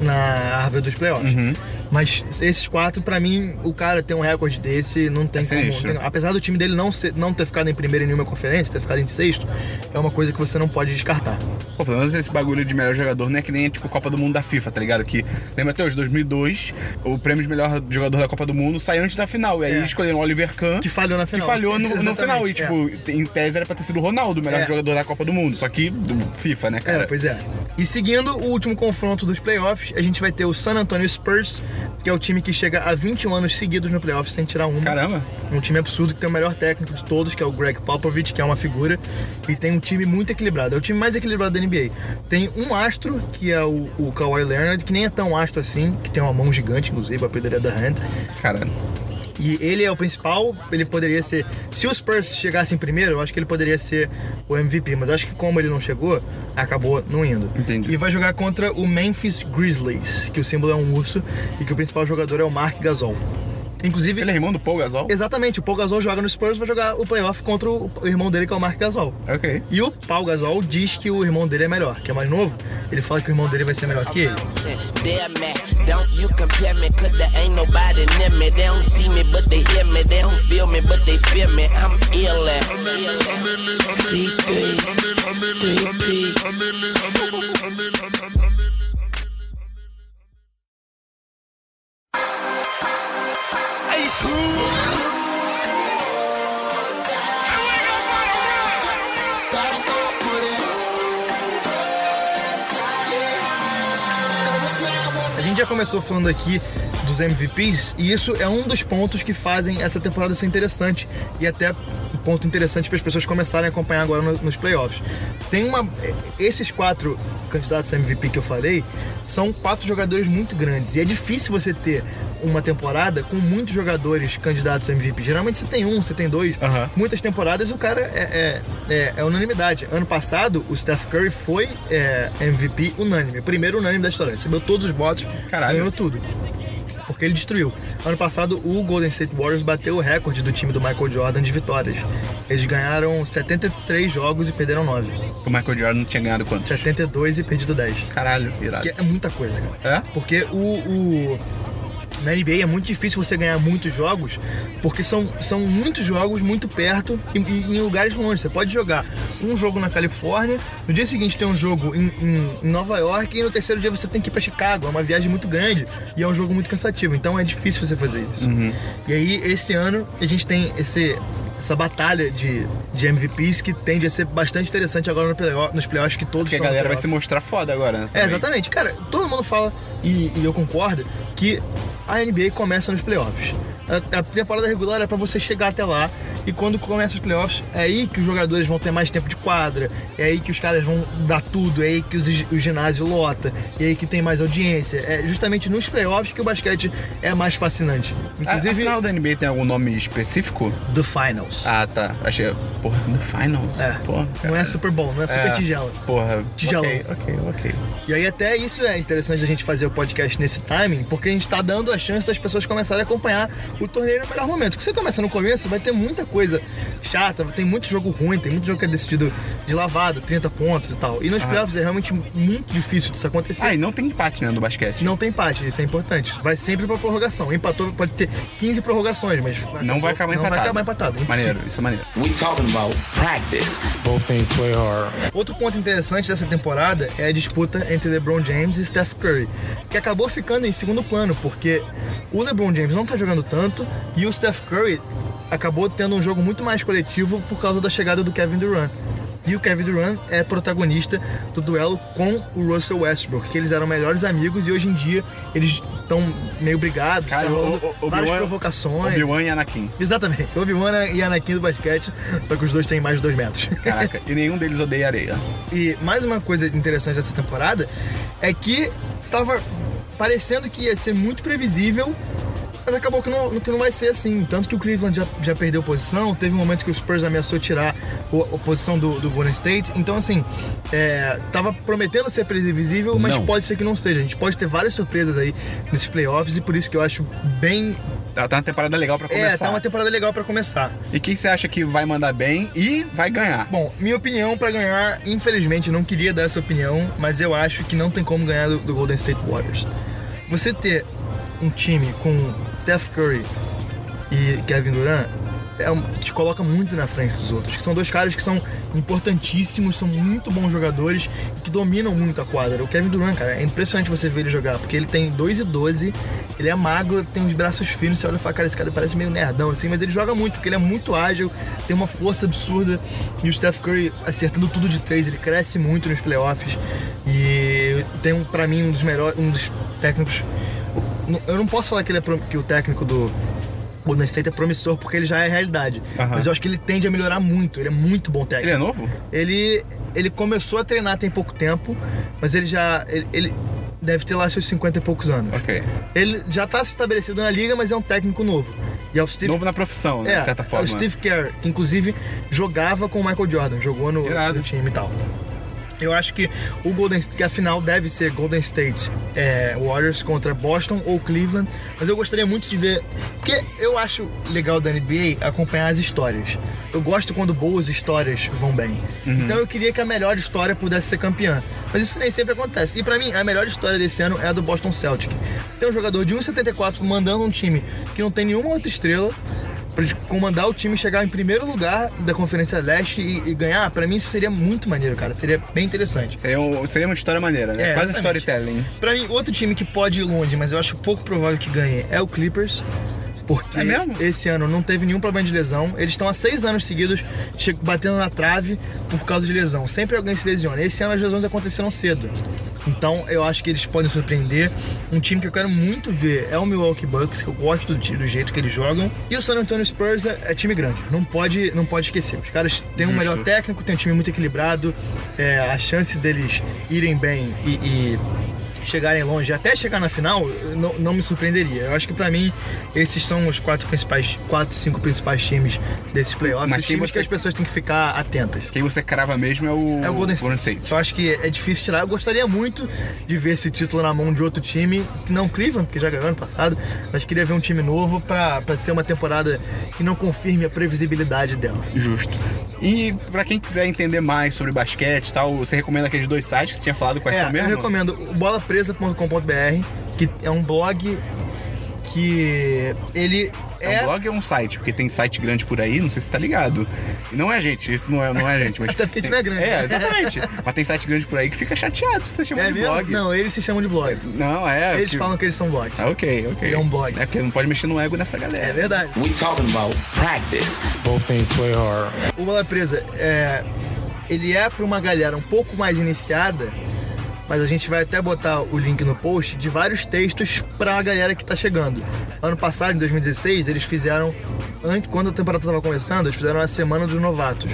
Speaker 1: na árvore dos playoffs.
Speaker 2: Uhum.
Speaker 1: Mas esses quatro, pra mim, o cara tem um recorde desse, não tem como.
Speaker 2: É sinistro.
Speaker 1: tem- apesar do time dele não, ser- não ter ficado em primeiro em nenhuma conferência, ter ficado em sexto, é uma coisa que você não pode descartar.
Speaker 2: Pô, pelo menos esse bagulho de melhor jogador não é que nem tipo Copa do Mundo da FIFA, tá ligado? Que lembra até hoje, 2002, o prêmio de melhor jogador da Copa do Mundo sai antes da final. E aí escolheram o Oliver Kahn.
Speaker 1: É. Que falhou na
Speaker 2: Que
Speaker 1: final.
Speaker 2: falhou no, no
Speaker 1: Exatamente,
Speaker 2: final.
Speaker 1: é.
Speaker 2: E, tipo, em tese era pra ter sido o Ronaldo, o melhor
Speaker 1: É.
Speaker 2: jogador da Copa do Mundo. Só que do FIFA, né, cara?
Speaker 1: É, pois é. E seguindo o último confronto dos playoffs, a gente vai ter o San Antonio Spurs, que é o time que chega a 21 anos seguidos no playoffs sem tirar um.
Speaker 2: Caramba.
Speaker 1: Um time absurdo que tem o melhor técnico de todos, que é o Greg Popovich, que é uma figura, e tem um time muito equilibrado. É o time mais equilibrado da NBA. Tem um astro, que é o, o Kawhi Leonard, que nem é tão astro assim, que tem uma mão gigante, inclusive, a pedreira da Hand.
Speaker 2: Caralho.
Speaker 1: E ele é o principal, ele poderia ser. Se o Spurs chegasse em primeiro, eu acho que ele poderia ser o MVP, mas eu acho que como ele não chegou, acabou não indo. Entendi. E vai jogar contra o Memphis Grizzlies, que o símbolo é um urso e que o principal jogador é o Mark Gasol. Inclusive. Ele
Speaker 2: é irmão do Paul Gasol?
Speaker 1: Exatamente, o Paul Gasol joga no Spurs vai jogar o playoff contra o o irmão dele, que é o Mark Gasol.
Speaker 2: Ok.
Speaker 1: E o Paul Gasol diz que o irmão dele é melhor, que é mais novo. Ele fala que o irmão dele vai ser melhor que ele.
Speaker 13: Dear man, don't you compare me, cause there ain't nobody near me. They don't see me, but they hear me. They don't feel me, but they feel me. I'm ill at C3, 3P.
Speaker 4: Ace who?
Speaker 1: A gente já começou falando aqui dos MVPs e isso é um dos pontos que fazem essa temporada ser interessante e até um ponto interessante para as pessoas começarem a acompanhar agora no- nos playoffs. Tem uma esses quatro candidatos a MVP que eu falei são quatro jogadores muito grandes e é difícil você ter uma temporada com muitos jogadores candidatos a MVP. Geralmente você tem um, você tem dois. Muitas temporadas o cara é, é, é- é unanimidade. Ano passado, o Steph Curry foi é, MVP unânime. Primeiro unânime da história. Recebeu todos os votos, ganhou tudo. Porque ele destruiu. Ano passado, o Golden State Warriors bateu o recorde do time do Michael Jordan de vitórias. Eles ganharam 73 jogos e perderam 9.
Speaker 2: O Michael Jordan tinha ganhado quantos?
Speaker 1: 72 e perdido 10.
Speaker 2: Caralho, irado.
Speaker 1: Que é muita coisa, cara.
Speaker 2: É?
Speaker 1: Porque o, o- Na NBA é muito difícil você ganhar muitos jogos, porque são, são muitos jogos muito perto e, e em lugares longe. Você pode jogar um jogo na Califórnia, no dia seguinte tem um jogo em, em- em Nova York e no terceiro dia você tem que ir pra Chicago. É uma viagem muito grande e é um jogo muito cansativo. Então é difícil você fazer isso.
Speaker 2: Uhum.
Speaker 1: E aí, esse ano, a gente tem esse- essa batalha de, de MVPs que tende a ser bastante interessante agora no playoff- nos playoffs que todos
Speaker 2: Porque a
Speaker 1: estão no
Speaker 2: galera vai
Speaker 1: playoff.
Speaker 2: se mostrar foda agora, né?
Speaker 1: É, exatamente. Cara, todo mundo fala, e, e eu concordo, que a NBA começa nos playoffs. A, a temporada regular é pra você chegar até lá, e quando começa os playoffs, é aí que os jogadores vão ter mais tempo de quadra, é aí que os caras vão dar tudo, é aí que os, gi- o ginásio lota, é aí que tem mais audiência. É justamente nos playoffs que o basquete é mais fascinante.
Speaker 2: Inclusive, a final Ah, da NBA tem algum nome específico?
Speaker 1: The Finals.
Speaker 2: Ah, tá. Achei. Porra, The Finals? É. Porra,
Speaker 1: Não é Super Bowl, não é Super Tigela.
Speaker 2: Porra.
Speaker 1: Tigelão.
Speaker 2: Ok, ok, ok.
Speaker 1: E aí até isso é interessante a gente fazer o podcast nesse timing, porque a gente tá dando a chance das pessoas começarem a acompanhar o torneio no melhor momento. Porque você começa no começo, vai ter muita coisa chata, tem muito jogo ruim, tem muito jogo que é decidido de lavada, 30 pontos e tal. E nos
Speaker 2: Aham.
Speaker 1: playoffs é realmente muito difícil disso acontecer. Ah,
Speaker 2: e não tem empate, né, no basquete.
Speaker 1: Não tem empate, isso é importante. Vai sempre pra prorrogação. Empatou, pode ter 15 prorrogações, mas
Speaker 2: Não vai acabar
Speaker 1: não
Speaker 2: empatado.
Speaker 1: vai acabar empatado. Tá
Speaker 2: Maneiro, isso é maneiro.
Speaker 5: We talking about practice.
Speaker 6: Both things play hard.
Speaker 1: Outro ponto interessante dessa temporada é a disputa entre LeBron James e Steph Curry, que acabou ficando em segundo plano, porque o LeBron James não tá jogando tanto e o Steph Curry acabou tendo um jogo muito mais coletivo por causa da chegada do Kevin Durant. E o Kevin Durant é protagonista do duelo com o Russell Westbrook, que eles eram melhores amigos e hoje em dia eles estão meio brigados, tá
Speaker 2: Cara,
Speaker 1: rolando
Speaker 2: o- o-
Speaker 1: várias
Speaker 2: Obi-Wan-
Speaker 1: provocações.
Speaker 2: Obi-Wan e Anakin.
Speaker 1: Exatamente. Obi-Wan e Anakin do basquete, só que os dois têm mais de dois metros.
Speaker 2: Caraca, e nenhum deles odeia areia.
Speaker 1: E mais uma coisa interessante dessa temporada é que tava parecendo que ia ser muito previsível, mas acabou que não, que não vai ser assim. Tanto que o Cleveland já, já perdeu posição, teve um momento que o Spurs ameaçou tirar o- a posição do, do Golden State. Então, assim, é, tava prometendo ser previsível, mas
Speaker 2: Não.
Speaker 1: pode ser que não seja. A gente pode ter várias surpresas aí nesses playoffs e por isso que eu acho bem.
Speaker 2: Ela tá uma temporada legal pra começar.
Speaker 1: É, tá uma temporada legal pra começar.
Speaker 2: E quem você acha que vai mandar bem e vai ganhar?
Speaker 1: Bom, minha opinião pra ganhar, infelizmente, eu não queria dar essa opinião, mas eu acho que não tem como ganhar do, do Golden State Warriors. Você ter um time com Steph Curry e Kevin Durant é um- te coloca muito na frente dos outros, que são dois caras que são importantíssimos, são muito bons jogadores e que dominam muito a quadra. O Kevin Durant, cara, é impressionante você ver ele jogar, porque ele tem 2 e 12, ele é magro, tem uns braços finos, você olha e fala, cara, esse cara parece meio nerdão assim, mas ele joga muito, porque ele é muito ágil, tem uma força absurda e o Steph Curry acertando tudo de três, ele cresce muito nos playoffs e tem um, para mim um dos melhores, um dos técnicos eu não posso falar que ele é pro- que o técnico do Golden State é promissor porque ele já é realidade.
Speaker 2: Aham.
Speaker 1: Mas eu acho que ele tende a melhorar muito. Ele é muito bom técnico.
Speaker 2: Ele é novo?
Speaker 1: Ele, ele começou a treinar tem pouco tempo, mas ele já. Ele, ele deve ter lá seus 50 e poucos anos.
Speaker 2: Ok.
Speaker 1: Ele já está se estabelecido na liga, mas é um técnico novo. E é o Steve...
Speaker 2: Novo na profissão, né,
Speaker 1: É,
Speaker 2: de certa forma.
Speaker 1: É o Steve Kerr, que inclusive jogava com o Michael Jordan, jogou no, no time e tal. Eu acho que o Golden que a final deve ser Golden State é, Warriors contra Boston ou Cleveland, mas eu gostaria muito de ver. Porque eu acho legal da NBA acompanhar as histórias. Eu gosto quando boas histórias vão bem.
Speaker 14: Uhum.
Speaker 1: Então eu queria que a melhor história pudesse ser campeã. Mas isso nem sempre acontece. E pra mim, a melhor história desse ano é a do Boston Celtic. Tem um jogador de 1,74 mandando um time que não tem nenhuma outra estrela pra de- comandar o time chegar em primeiro lugar da Conferência Leste e, e ganhar, pra mim isso seria muito maneiro, cara. Seria bem interessante.
Speaker 2: Seria, um- seria uma história maneira, né?
Speaker 1: É,
Speaker 2: Quase um
Speaker 1: exatamente.
Speaker 2: storytelling.
Speaker 1: Pra mim, outro time que pode ir longe, mas eu acho pouco provável que ganhe, é o Clippers. Porque
Speaker 2: É mesmo?
Speaker 1: esse ano não teve nenhum problema de lesão. Eles estão há seis anos seguidos che- batendo na trave por causa de lesão. Sempre alguém se lesiona. Esse ano as lesões aconteceram cedo. Então eu acho que eles podem surpreender. Um time que eu quero muito ver é o Milwaukee Bucks, que eu gosto do, ti- do jeito que eles jogam. E o San Antonio Spurs é, é time grande. Não pode, não pode esquecer. Os caras têm um
Speaker 2: Justo.
Speaker 1: melhor técnico, tem um time muito equilibrado. É, a chance deles irem bem e- e chegarem longe, até chegar na final, não, não me surpreenderia. Eu acho que pra mim esses são os quatro principais, quatro, cinco principais times desses playoffs.
Speaker 2: Mas
Speaker 1: os
Speaker 2: quem
Speaker 1: times que
Speaker 2: você-
Speaker 1: as pessoas têm que ficar atentas.
Speaker 2: Quem você crava mesmo é o,
Speaker 1: É o Golden State. Eu acho que é difícil tirar. Eu gostaria muito de ver esse título na mão de outro time, que não Cleveland, porque já ganhou ano passado, mas queria ver um time novo pra pra ser uma temporada que não confirme a previsibilidade dela.
Speaker 2: Justo. E pra quem quiser entender mais sobre basquete e tal, você recomenda aqueles dois sites que você tinha falado quais
Speaker 1: É,
Speaker 2: são mesmo?
Speaker 1: Eu recomendo o bolapresa.com.br, que é um blog que ele
Speaker 2: É um blog ou um site? Porque tem site grande por aí, não sei se você tá ligado. E Não é a gente, esse não é, não é a gente. Mas
Speaker 1: Até porque a gente não é grande.
Speaker 2: É, exatamente. mas tem site grande por aí que fica chateado se você chamar
Speaker 1: É
Speaker 2: de
Speaker 1: mesmo?
Speaker 2: blog.
Speaker 1: Não, eles se chamam de blog.
Speaker 2: Não, é.
Speaker 1: Eles falam que eles são blog.
Speaker 2: Ah, ok, ok.
Speaker 1: Ele é um blog.
Speaker 2: É porque não pode mexer no ego dessa galera.
Speaker 1: É verdade.
Speaker 5: We talking about practice.
Speaker 6: Both things play hard.
Speaker 1: O Bola Presa, é, ele é para uma galera um pouco mais iniciada, mas a gente vai até botar o link no post de vários textos para a galera que tá chegando. Ano passado, em 2016, eles fizeram, antes- quando a temporada estava começando, eles fizeram a Semana dos Novatos.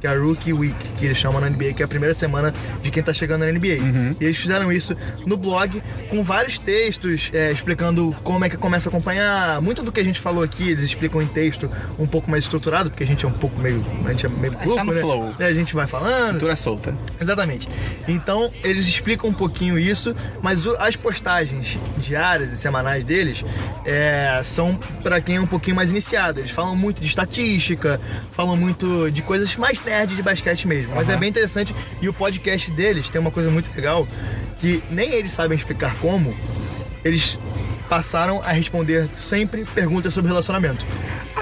Speaker 1: que é a Rookie Week, que eles chamam na NBA, que é a primeira semana de quem tá chegando na NBA.
Speaker 2: Uhum.
Speaker 1: E eles fizeram isso no blog, com vários textos é, explicando como é que começa a acompanhar. Muito do que a gente falou aqui, eles explicam em texto um pouco mais estruturado, porque a gente é um pouco meio. A gente é meio
Speaker 2: gente tá no
Speaker 1: né?
Speaker 2: flow.
Speaker 1: É, a gente vai falando.
Speaker 2: Cintura solta.
Speaker 1: Exatamente. Então, eles explicam um pouquinho isso, mas o- as postagens diárias e semanais deles é, são para quem é um pouquinho mais iniciado. Eles falam muito de estatística, falam muito de coisas mais nerd de basquete mesmo. Mas é
Speaker 2: Aham.
Speaker 1: bem interessante. E o podcast deles tem uma coisa muito legal, que nem eles sabem explicar como, eles passaram a responder sempre perguntas sobre relacionamento.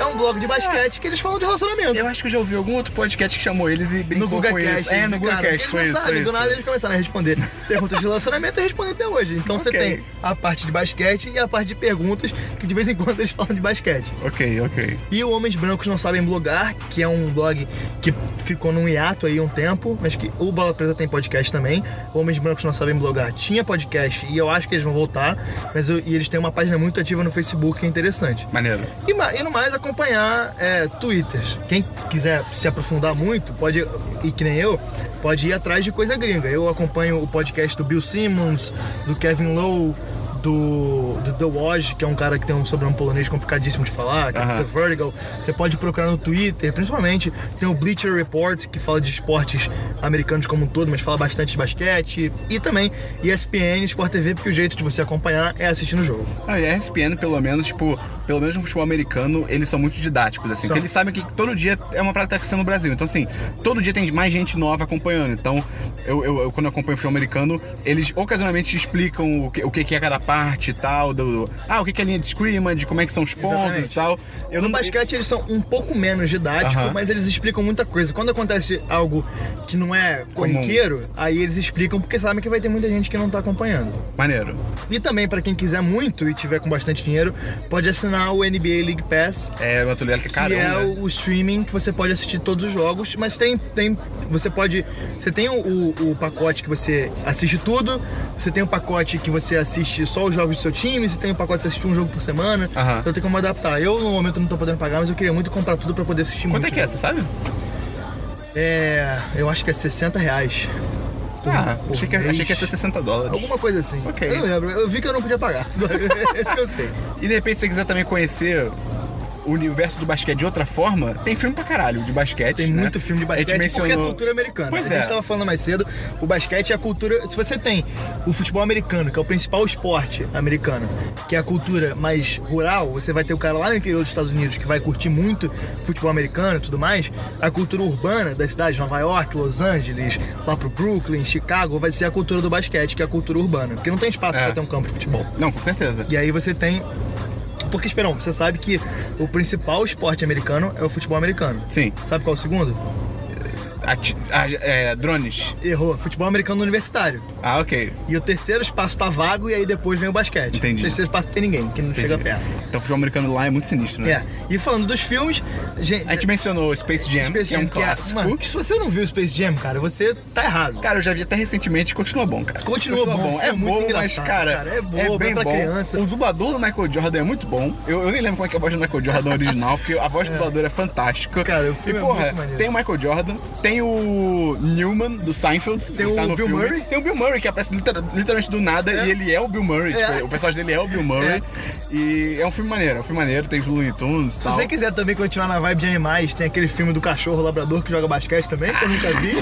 Speaker 1: É um blog de basquete que eles falam de relacionamento.
Speaker 2: Eu acho que eu já ouvi algum outro podcast que chamou eles e brincou
Speaker 1: No Guga
Speaker 2: com eles.
Speaker 1: Cast.
Speaker 2: É, no Guga
Speaker 1: cara,
Speaker 2: Cast,
Speaker 1: eles
Speaker 2: foi
Speaker 1: não
Speaker 2: isso,
Speaker 1: sabem, do
Speaker 2: foi isso.
Speaker 1: nada eles começaram a responder perguntas de relacionamento e respondem até hoje. Então você
Speaker 2: Ok.
Speaker 1: tem a parte de basquete e a parte de perguntas, que de vez em quando eles falam de basquete.
Speaker 2: Ok, ok.
Speaker 1: E o Homens Brancos Não Sabem Blogar, que é um blog que ficou num hiato aí um tempo, mas que o Bola Presa tem podcast também. Homens Brancos Não Sabem Blogar tinha podcast e eu acho que eles vão voltar, mas eu- e eles têm uma página muito ativa no Facebook que é interessante.
Speaker 2: Maneiro.
Speaker 1: E, ma- e no mais, acompanhar é, twitters. Quem quiser se aprofundar muito, pode, e que nem eu, pode ir atrás de coisa gringa. Eu acompanho o podcast do Bill Simmons, do Kevin Lowe, do, do The Woj, que é um cara que tem um sobrenome polonês complicadíssimo de falar, que é
Speaker 2: Aham.
Speaker 1: The Vertical. Você pode procurar no Twitter, principalmente. Tem o Bleacher Report, que fala de esportes americanos como um todo, mas fala bastante de basquete. E também ESPN, Sport TV, porque o jeito de você acompanhar é assistindo o jogo.
Speaker 2: Ah, e a ESPN, pelo menos, tipo, pelo menos no futebol americano, eles são muito didáticos, assim.
Speaker 1: São.
Speaker 2: Porque eles sabem que todo dia é uma prática que tá acontecendo no Brasil. Então, assim, todo dia tem mais gente nova acompanhando. Então, eu, eu- eu, quando eu acompanho o futebol americano, eles ocasionalmente explicam o que, o que que é cada parte e tal. Do, do- ah, o que que é a linha de scrimmage, como é que são os pontos
Speaker 1: Exatamente.
Speaker 2: e tal. Eu
Speaker 1: no
Speaker 2: não-
Speaker 1: basquete eles são um pouco menos didáticos,
Speaker 2: Aham.
Speaker 1: mas eles explicam muita coisa. Quando acontece algo que não é corriqueiro, aí eles explicam porque sabem que vai ter muita gente que não tá acompanhando.
Speaker 2: Maneiro.
Speaker 1: E também, pra quem quiser muito e tiver com bastante dinheiro, pode assinar o NBA League Pass.
Speaker 2: É, o Atulio que
Speaker 1: Que é
Speaker 2: caramba.
Speaker 1: o streaming que você pode assistir todos os jogos, mas tem. tem você pode. Você tem o, o pacote que você assiste tudo, você tem o pacote que você assiste só os jogos do seu time, você tem o pacote que você assiste um jogo por semana.
Speaker 2: Aham.
Speaker 1: Então tem como adaptar. Eu no momento não tô podendo pagar, mas eu queria muito comprar tudo pra poder assistir
Speaker 2: Quanto
Speaker 1: muito.
Speaker 2: é que é, você sabe?
Speaker 1: É. Eu acho que é 60 reais. Por-
Speaker 2: Ah,
Speaker 1: por
Speaker 2: achei que, achei
Speaker 1: mês.
Speaker 2: que ia ser 60 dólares.
Speaker 1: Alguma coisa assim.
Speaker 2: Ok.
Speaker 1: Eu não lembro. Eu vi que eu não podia pagar. Esse que eu sei.
Speaker 2: E de repente, se você quiser também conhecer o universo do basquete de outra forma, tem filme pra caralho de basquete. né? Tem
Speaker 1: muito filme de basquete porque é cultura americana.
Speaker 2: tipo, Pois
Speaker 1: a
Speaker 2: é.
Speaker 1: gente estava falando mais cedo, o basquete é a cultura. Se você tem o futebol americano, que é o principal esporte americano, que é a cultura mais rural, você vai ter o cara lá no interior dos Estados Unidos que vai curtir muito futebol americano e tudo mais. A cultura urbana da cidade, Nova York, Los Angeles, lá pro Brooklyn, Chicago, vai ser a cultura do basquete, que é a cultura urbana. Porque não tem espaço
Speaker 2: É.
Speaker 1: pra ter um campo de futebol.
Speaker 2: Não, com certeza.
Speaker 1: E aí você tem. Porque, Esperão, você sabe que o principal esporte americano é o futebol americano.
Speaker 2: Sim.
Speaker 1: Sabe qual é o segundo?
Speaker 2: Ati- ah, é, drones.
Speaker 1: Errou. Futebol americano universitário.
Speaker 2: Ah, ok.
Speaker 1: E o terceiro espaço tá vago e aí depois vem o basquete.
Speaker 2: Entendi.
Speaker 1: O terceiro espaço tem ninguém, que não
Speaker 2: Entendi.
Speaker 1: chega perto.
Speaker 2: Então o futebol americano lá é muito sinistro, né?
Speaker 1: É. E falando dos filmes, gente.
Speaker 2: A gente mencionou Space Jam,
Speaker 1: Space
Speaker 2: que é um
Speaker 1: Jam,
Speaker 2: clássico.
Speaker 1: mano, que se você não viu Space Jam, cara, você tá errado.
Speaker 2: Cara, eu já vi até recentemente e continua bom, cara.
Speaker 1: Continua bom,
Speaker 2: É,
Speaker 1: é muito
Speaker 2: bom, mas,
Speaker 1: engraçado,
Speaker 2: cara,
Speaker 1: cara, é bom, bom
Speaker 2: bem
Speaker 1: pra
Speaker 2: bom.
Speaker 1: criança.
Speaker 2: O dublador do Michael Jordan é muito bom. Eu, eu nem lembro como é que é a voz do Michael Jordan original, porque a voz do dublador é fantástica.
Speaker 1: Cara, o filme
Speaker 2: e,
Speaker 1: é
Speaker 2: porra,
Speaker 1: muito maneiro.
Speaker 2: tem o Michael Jordan, tem o Newman, do Seinfeld, tem
Speaker 1: o
Speaker 2: que tá no
Speaker 1: Bill
Speaker 2: filme.
Speaker 1: Murray.
Speaker 2: Tem o Bill Murray, que aparece litera- literalmente do nada, e ele é o Bill Murray.
Speaker 1: É.
Speaker 2: tipo, o personagem dele é o Bill Murray. E é um filme maneiro, é um filme maneiro, tem os Looney Tunes e
Speaker 1: Se
Speaker 2: tal.
Speaker 1: você quiser também continuar na vibe de animais, tem aquele filme do cachorro labrador que joga basquete também, que eu nunca vi.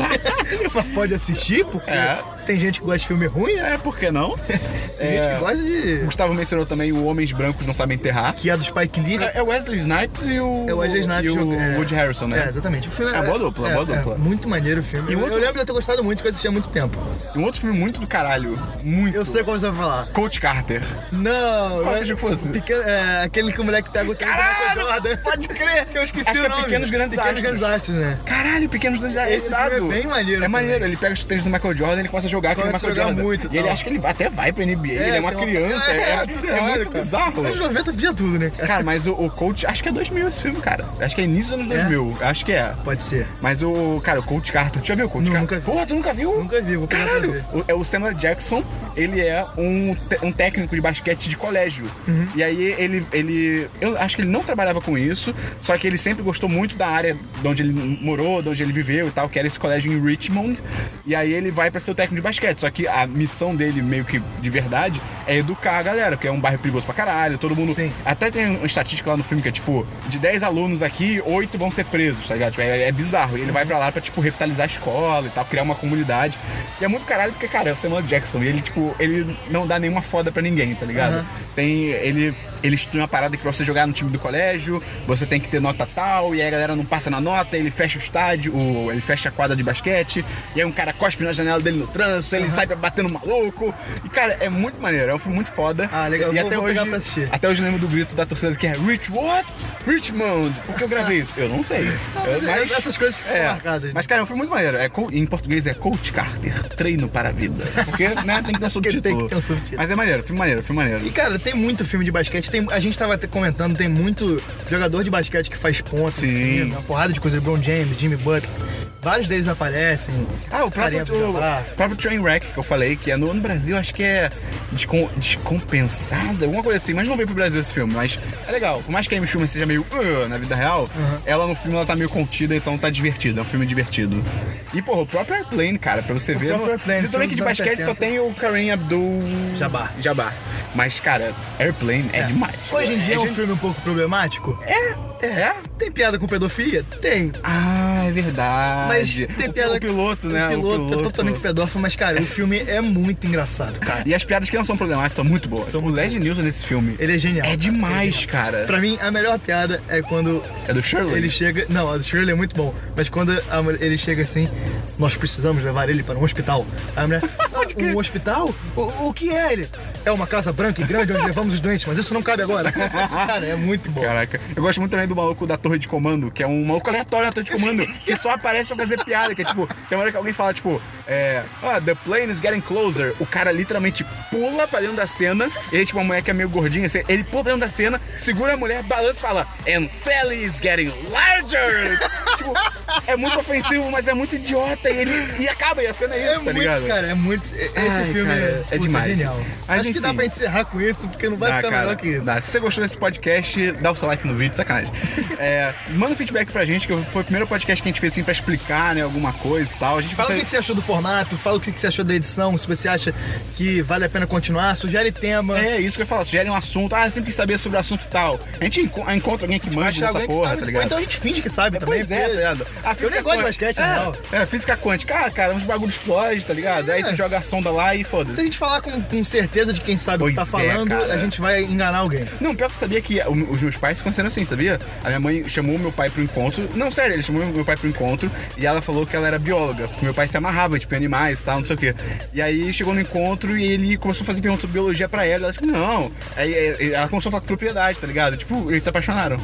Speaker 1: Mas pode assistir, porque
Speaker 2: É.
Speaker 1: tem gente que gosta de filme ruim, né?
Speaker 2: É, por que não?
Speaker 1: Tem
Speaker 2: É.
Speaker 1: gente que gosta de.
Speaker 2: Gustavo mencionou também o Homens Brancos Não Sabem Enterrar.
Speaker 1: Que é do Spike Lee.
Speaker 2: É é o Wesley Snipes e o.
Speaker 1: É o Wesley Snipes
Speaker 2: e o
Speaker 1: joga- é.
Speaker 2: Woody Harrison, né?
Speaker 1: É, exatamente. O filme
Speaker 2: É boa dupla, é boa dupla.
Speaker 1: muito maneiro o filme.
Speaker 2: E
Speaker 1: eu,
Speaker 2: outro-
Speaker 1: eu lembro de eu ter gostado muito, que eu assisti há muito tempo.
Speaker 2: Um outro filme muito do caralho. Muito.
Speaker 1: Eu sei como você vai falar.
Speaker 2: Coach Carter.
Speaker 1: Não,
Speaker 2: Qual
Speaker 1: é-
Speaker 2: você achou que fosse?
Speaker 1: pequeno- é, aquele que o moleque pega o tênis da Michael Jordan.
Speaker 2: Pode crer!
Speaker 1: Que eu esqueci
Speaker 2: Acho
Speaker 1: o
Speaker 2: que é
Speaker 1: nome.
Speaker 2: Pequenos Grandes
Speaker 1: Pequenos
Speaker 2: Astros.
Speaker 1: Grandes Astros, né?
Speaker 2: Caralho, Pequenos Anjos é
Speaker 1: Esse filme
Speaker 2: irado.
Speaker 1: é bem maneiro
Speaker 2: É maneiro,
Speaker 1: também.
Speaker 2: ele pega os tênis do Michael Jordan, ele começa a jogar
Speaker 1: Começa
Speaker 2: com o
Speaker 1: a
Speaker 2: Michael
Speaker 1: jogar
Speaker 2: Jordan.
Speaker 1: muito e
Speaker 2: e ele
Speaker 1: tal.
Speaker 2: acha que ele vai- até vai pra NBA, ele é uma
Speaker 1: tem
Speaker 2: criança. É,
Speaker 1: é, tudo errado,
Speaker 2: muito
Speaker 1: cara.
Speaker 2: bizarro.
Speaker 1: Anos 90 podia tudo, né, cara?
Speaker 2: Cara, mas o, o Coach, acho que é 2000 esse filme, cara. Acho que é início dos anos 2000. Acho que é.
Speaker 1: Pode ser.
Speaker 2: Mas o Cara, o Coach Carter. Tu já viu o Coach Carter? Porra, tu nunca viu?
Speaker 1: Nunca vi, vou pegar pra
Speaker 2: Caralho!
Speaker 1: ver.
Speaker 2: O- É o Samuel Jackson, ele é um, te- um técnico de basquete de colégio.
Speaker 1: Uhum.
Speaker 2: E aí ele, ele. Eu acho que ele não trabalhava com isso, só que ele sempre gostou muito da área de onde ele morou, de onde ele viveu e tal, que era esse colégio em Richmond. E aí ele vai pra ser o técnico de basquete. Só que a missão dele, meio que de verdade, é educar a galera, porque é um bairro perigoso pra caralho, todo mundo. Até tem uma estatística lá no filme que é tipo, de 10 alunos aqui, 8 vão ser presos, tá ligado? Tipo, é, é bizarro. E ele vai pra lá pra, tipo, revitalizar a escola e tal, criar uma comunidade. E é muito caralho, porque, cara, é o Samuel Jackson. E ele, tipo, ele não dá nenhuma foda pra ninguém, tá ligado?
Speaker 1: Aham.
Speaker 2: Tem. Ele, ele institui uma parada que pra você jogar no time do colégio, você tem que ter nota tal, e aí a galera não passa na nota, ele fecha o estádio, o- ele fecha a quadra de basquete, e aí um cara cospe na janela dele no trânsito, ele sai batendo maluco. E, cara, é muito maneiro, é um filme muito foda. Ah,
Speaker 1: legal,
Speaker 2: E,
Speaker 1: eu vou-
Speaker 2: até
Speaker 1: vou
Speaker 2: hoje.
Speaker 1: pegar pra assistir.
Speaker 2: Até hoje eu lembro do grito da torcida que é Rich What? Richmond! Por que eu gravei isso? Eu não sei.
Speaker 1: mas é essas coisas que ficam marcadas, né?
Speaker 2: Mas, cara, é um filme muito maneiro. É, co- em português é Coach Carter, treino para a vida. Porque, né, tem que ter um subtítulo.
Speaker 1: tem que ter um subtítulo.
Speaker 2: Mas é maneiro, filme maneiro, filme maneiro.
Speaker 1: E, cara, tem muito filme de basquete. Tem, a gente tava até comentando, tem muito jogador de basquete que faz ponto. Sim. Uma porrada de coisa. LeBron James, Jimmy Butler. Vários deles aparecem.
Speaker 2: Ah, o próprio, o próprio Trainwreck que eu falei, que é no, no Brasil, acho que é descom- descompensada, alguma coisa assim, mas não veio pro Brasil esse filme, mas é legal. Por mais que a Amy Schumer seja meio "Ugh", na vida real, ela no filme ela tá meio contida, então tá divertido, é um filme divertido. E, porra, o próprio Airplane, cara, pra você ver...
Speaker 1: próprio Airplane,
Speaker 2: Tudo
Speaker 1: filme
Speaker 2: bem que
Speaker 1: dos
Speaker 2: de
Speaker 1: anos
Speaker 2: basquete só
Speaker 1: 70.
Speaker 2: tem o Kareem Abdul... Jabbar. Jabbar. Mas, cara, Airplane é, demais.
Speaker 1: Hoje em dia é um
Speaker 2: gen-
Speaker 1: filme um pouco problemático? É. É. Tem piada com pedofilia? Tem.
Speaker 2: Ah, é verdade.
Speaker 1: Mas tem
Speaker 2: O-
Speaker 1: piada
Speaker 2: o piloto,
Speaker 1: o
Speaker 2: né, o
Speaker 1: Piloto, é
Speaker 2: piloto.
Speaker 1: totalmente pedófilo, mas, cara, o filme é muito engraçado, cara.
Speaker 2: E as piadas que não são problemáticas são muito boas. o Leslie Nielsen nesse filme.
Speaker 1: Ele é genial.
Speaker 2: É
Speaker 1: cara.
Speaker 2: demais, cara.
Speaker 1: Pra mim, a melhor piada é quando.
Speaker 2: É do Shirley?
Speaker 1: Ele chega. Não, a do Shirley é muito bom. Mas quando a mulher- ele chega assim, nós precisamos levar ele para um hospital. A mulher. "Ah, um hospital? O, o que é ele? É uma casa branca e grande onde levamos os doentes, mas isso não cabe agora. cara, é muito bom.
Speaker 2: Caraca. Eu gosto muito também do maluco da torre de comando, que é um maluco aleatório na torre de comando, que só aparece pra fazer piada, que é tipo, tem uma hora que alguém fala, tipo, é, ah, the plane is getting closer. O cara literalmente pula pra dentro da cena, ele, tipo, uma mulher que é meio gordinha, assim, ele pula pra dentro da cena, segura a mulher, balança e fala, and Sally is getting larger. tipo, é muito ofensivo, mas é muito idiota, e ele, e acaba, e a cena é isso,
Speaker 1: É
Speaker 2: tá
Speaker 1: muito,
Speaker 2: ligado?
Speaker 1: cara, é muito. Esse
Speaker 2: Ai,
Speaker 1: filme
Speaker 2: cara,
Speaker 1: é,
Speaker 2: é
Speaker 1: puta,
Speaker 2: demais.
Speaker 1: genial.
Speaker 2: Mas,
Speaker 1: Acho que dá
Speaker 2: enfim.
Speaker 1: pra encerrar com isso, porque não vai
Speaker 2: Dá,
Speaker 1: ficar
Speaker 2: Ah, cara,
Speaker 1: melhor que isso.
Speaker 2: dá. Se você gostou desse podcast, dá o seu like no vídeo, sacanagem. É, manda um feedback pra gente, que foi o primeiro podcast que a gente fez assim pra explicar, né, alguma coisa e tal. A gente
Speaker 1: Fala o
Speaker 2: consegue-
Speaker 1: que que você achou do formato, fala o que que você achou da edição, se você acha que vale a pena continuar, sugere tema.
Speaker 2: É, isso que eu ia falar, sugere um assunto, ah, eu sempre quis saber sobre o assunto tal. A gente enco- ah, encontra alguém que manja
Speaker 1: Acha
Speaker 2: dessa
Speaker 1: alguém que
Speaker 2: porra,
Speaker 1: sabe,
Speaker 2: tá
Speaker 1: ou
Speaker 2: ligado?
Speaker 1: então a gente finge que sabe também.
Speaker 2: Pois é,
Speaker 1: porque-
Speaker 2: tá ligado? A
Speaker 1: Eu nem
Speaker 2: física
Speaker 1: gosto de
Speaker 2: quântica-
Speaker 1: basquete, na real.
Speaker 2: é, é, física quântica. Ah, cara, uns bagulho explode, tá ligado?
Speaker 1: É.
Speaker 2: Aí tu joga a sonda lá e foda-se.
Speaker 1: Se a gente falar com, com certeza de quem sabe o que tá
Speaker 2: Pois é,
Speaker 1: falando,
Speaker 2: cara.
Speaker 1: a gente vai enganar alguém.
Speaker 2: Não, pior que eu sabia que o- os meus pais aconteceram assim, sabia? A minha mãe chamou meu pai pro encontro. Não, sério, ele chamou meu pai pro encontro e ela falou que ela era bióloga. Meu pai se amarrava, tipo, em animais e tal, não sei o quê. E aí chegou no encontro e ele começou a fazer perguntas sobre biologia pra ela. Ela, tipo, não. Aí é, ela começou a falar com propriedade, tá ligado? Tipo, eles se apaixonaram.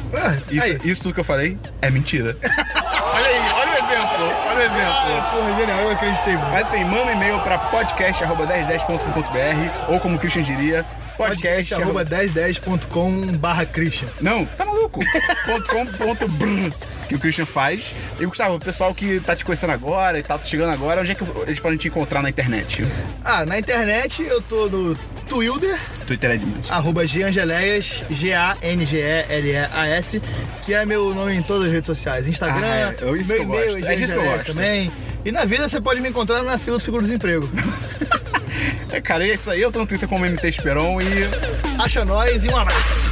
Speaker 2: Isso, isso tudo que eu falei é mentira. Ah, olha aí, olha o exemplo, olha o exemplo.
Speaker 1: porra, genial, eu acreditei.
Speaker 2: Mas enfim, manda um e-mail pra podcast.1010.com.br ou como o Christian diria, podcast.
Speaker 1: Arroba 1010.com barra Christian.
Speaker 2: Não, tá maluco? ponto com, ponto brrr, que o Christian faz. E Gustavo, o pessoal que tá te conhecendo agora e tá te chegando agora, onde é que eles podem te encontrar na internet?
Speaker 1: Ah, na internet eu tô no Twitter,
Speaker 2: Twitter é demais.
Speaker 1: arroba Giangeleias, G-A-N-G-E-L-E-A-S, que é meu nome em todas as redes sociais. Instagram,
Speaker 2: Ah, é, é isso
Speaker 1: meu
Speaker 2: que eu
Speaker 1: e-mail
Speaker 2: gosto. É disso que eu
Speaker 1: Giangeleias
Speaker 2: gosto.
Speaker 1: também. E na vida você pode me encontrar na fila do seguro-desemprego.
Speaker 2: É, cara, é isso aí. Eu tô no Twitter como MT Esperon e.
Speaker 1: Acha nós e um abraço.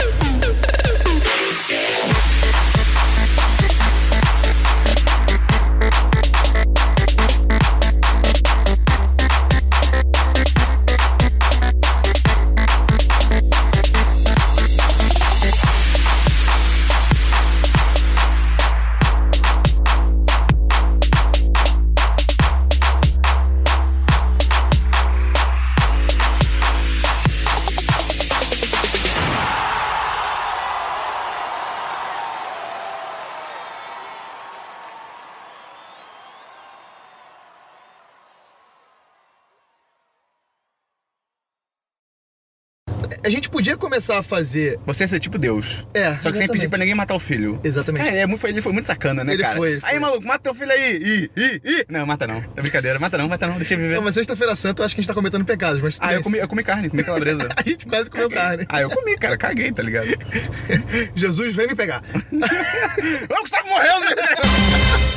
Speaker 1: A gente podia começar a fazer.
Speaker 2: Você ia ser tipo Deus.
Speaker 1: É.
Speaker 2: Só que sem pedir pra ninguém matar o filho.
Speaker 1: Exatamente.
Speaker 2: Cara, ele, é muito- ele foi muito sacana, né,
Speaker 1: Ele
Speaker 2: cara?
Speaker 1: foi, ele foi.
Speaker 2: Aí, maluco, mata teu filho aí. Ih, ih, ih. Não, mata não. É brincadeira. Mata não, mata não. Deixa eu viver.
Speaker 1: Não, mas sexta-feira santa eu acho que a gente tá cometendo pecados, mas.
Speaker 2: Ah, eu comi, eu comi carne, comi calabresa.
Speaker 1: a gente quase comeu carne.
Speaker 2: Ah, eu comi, cara. Caguei, tá ligado?
Speaker 1: Jesus, vem me pegar.
Speaker 2: Ô, Gustavo morreu, né?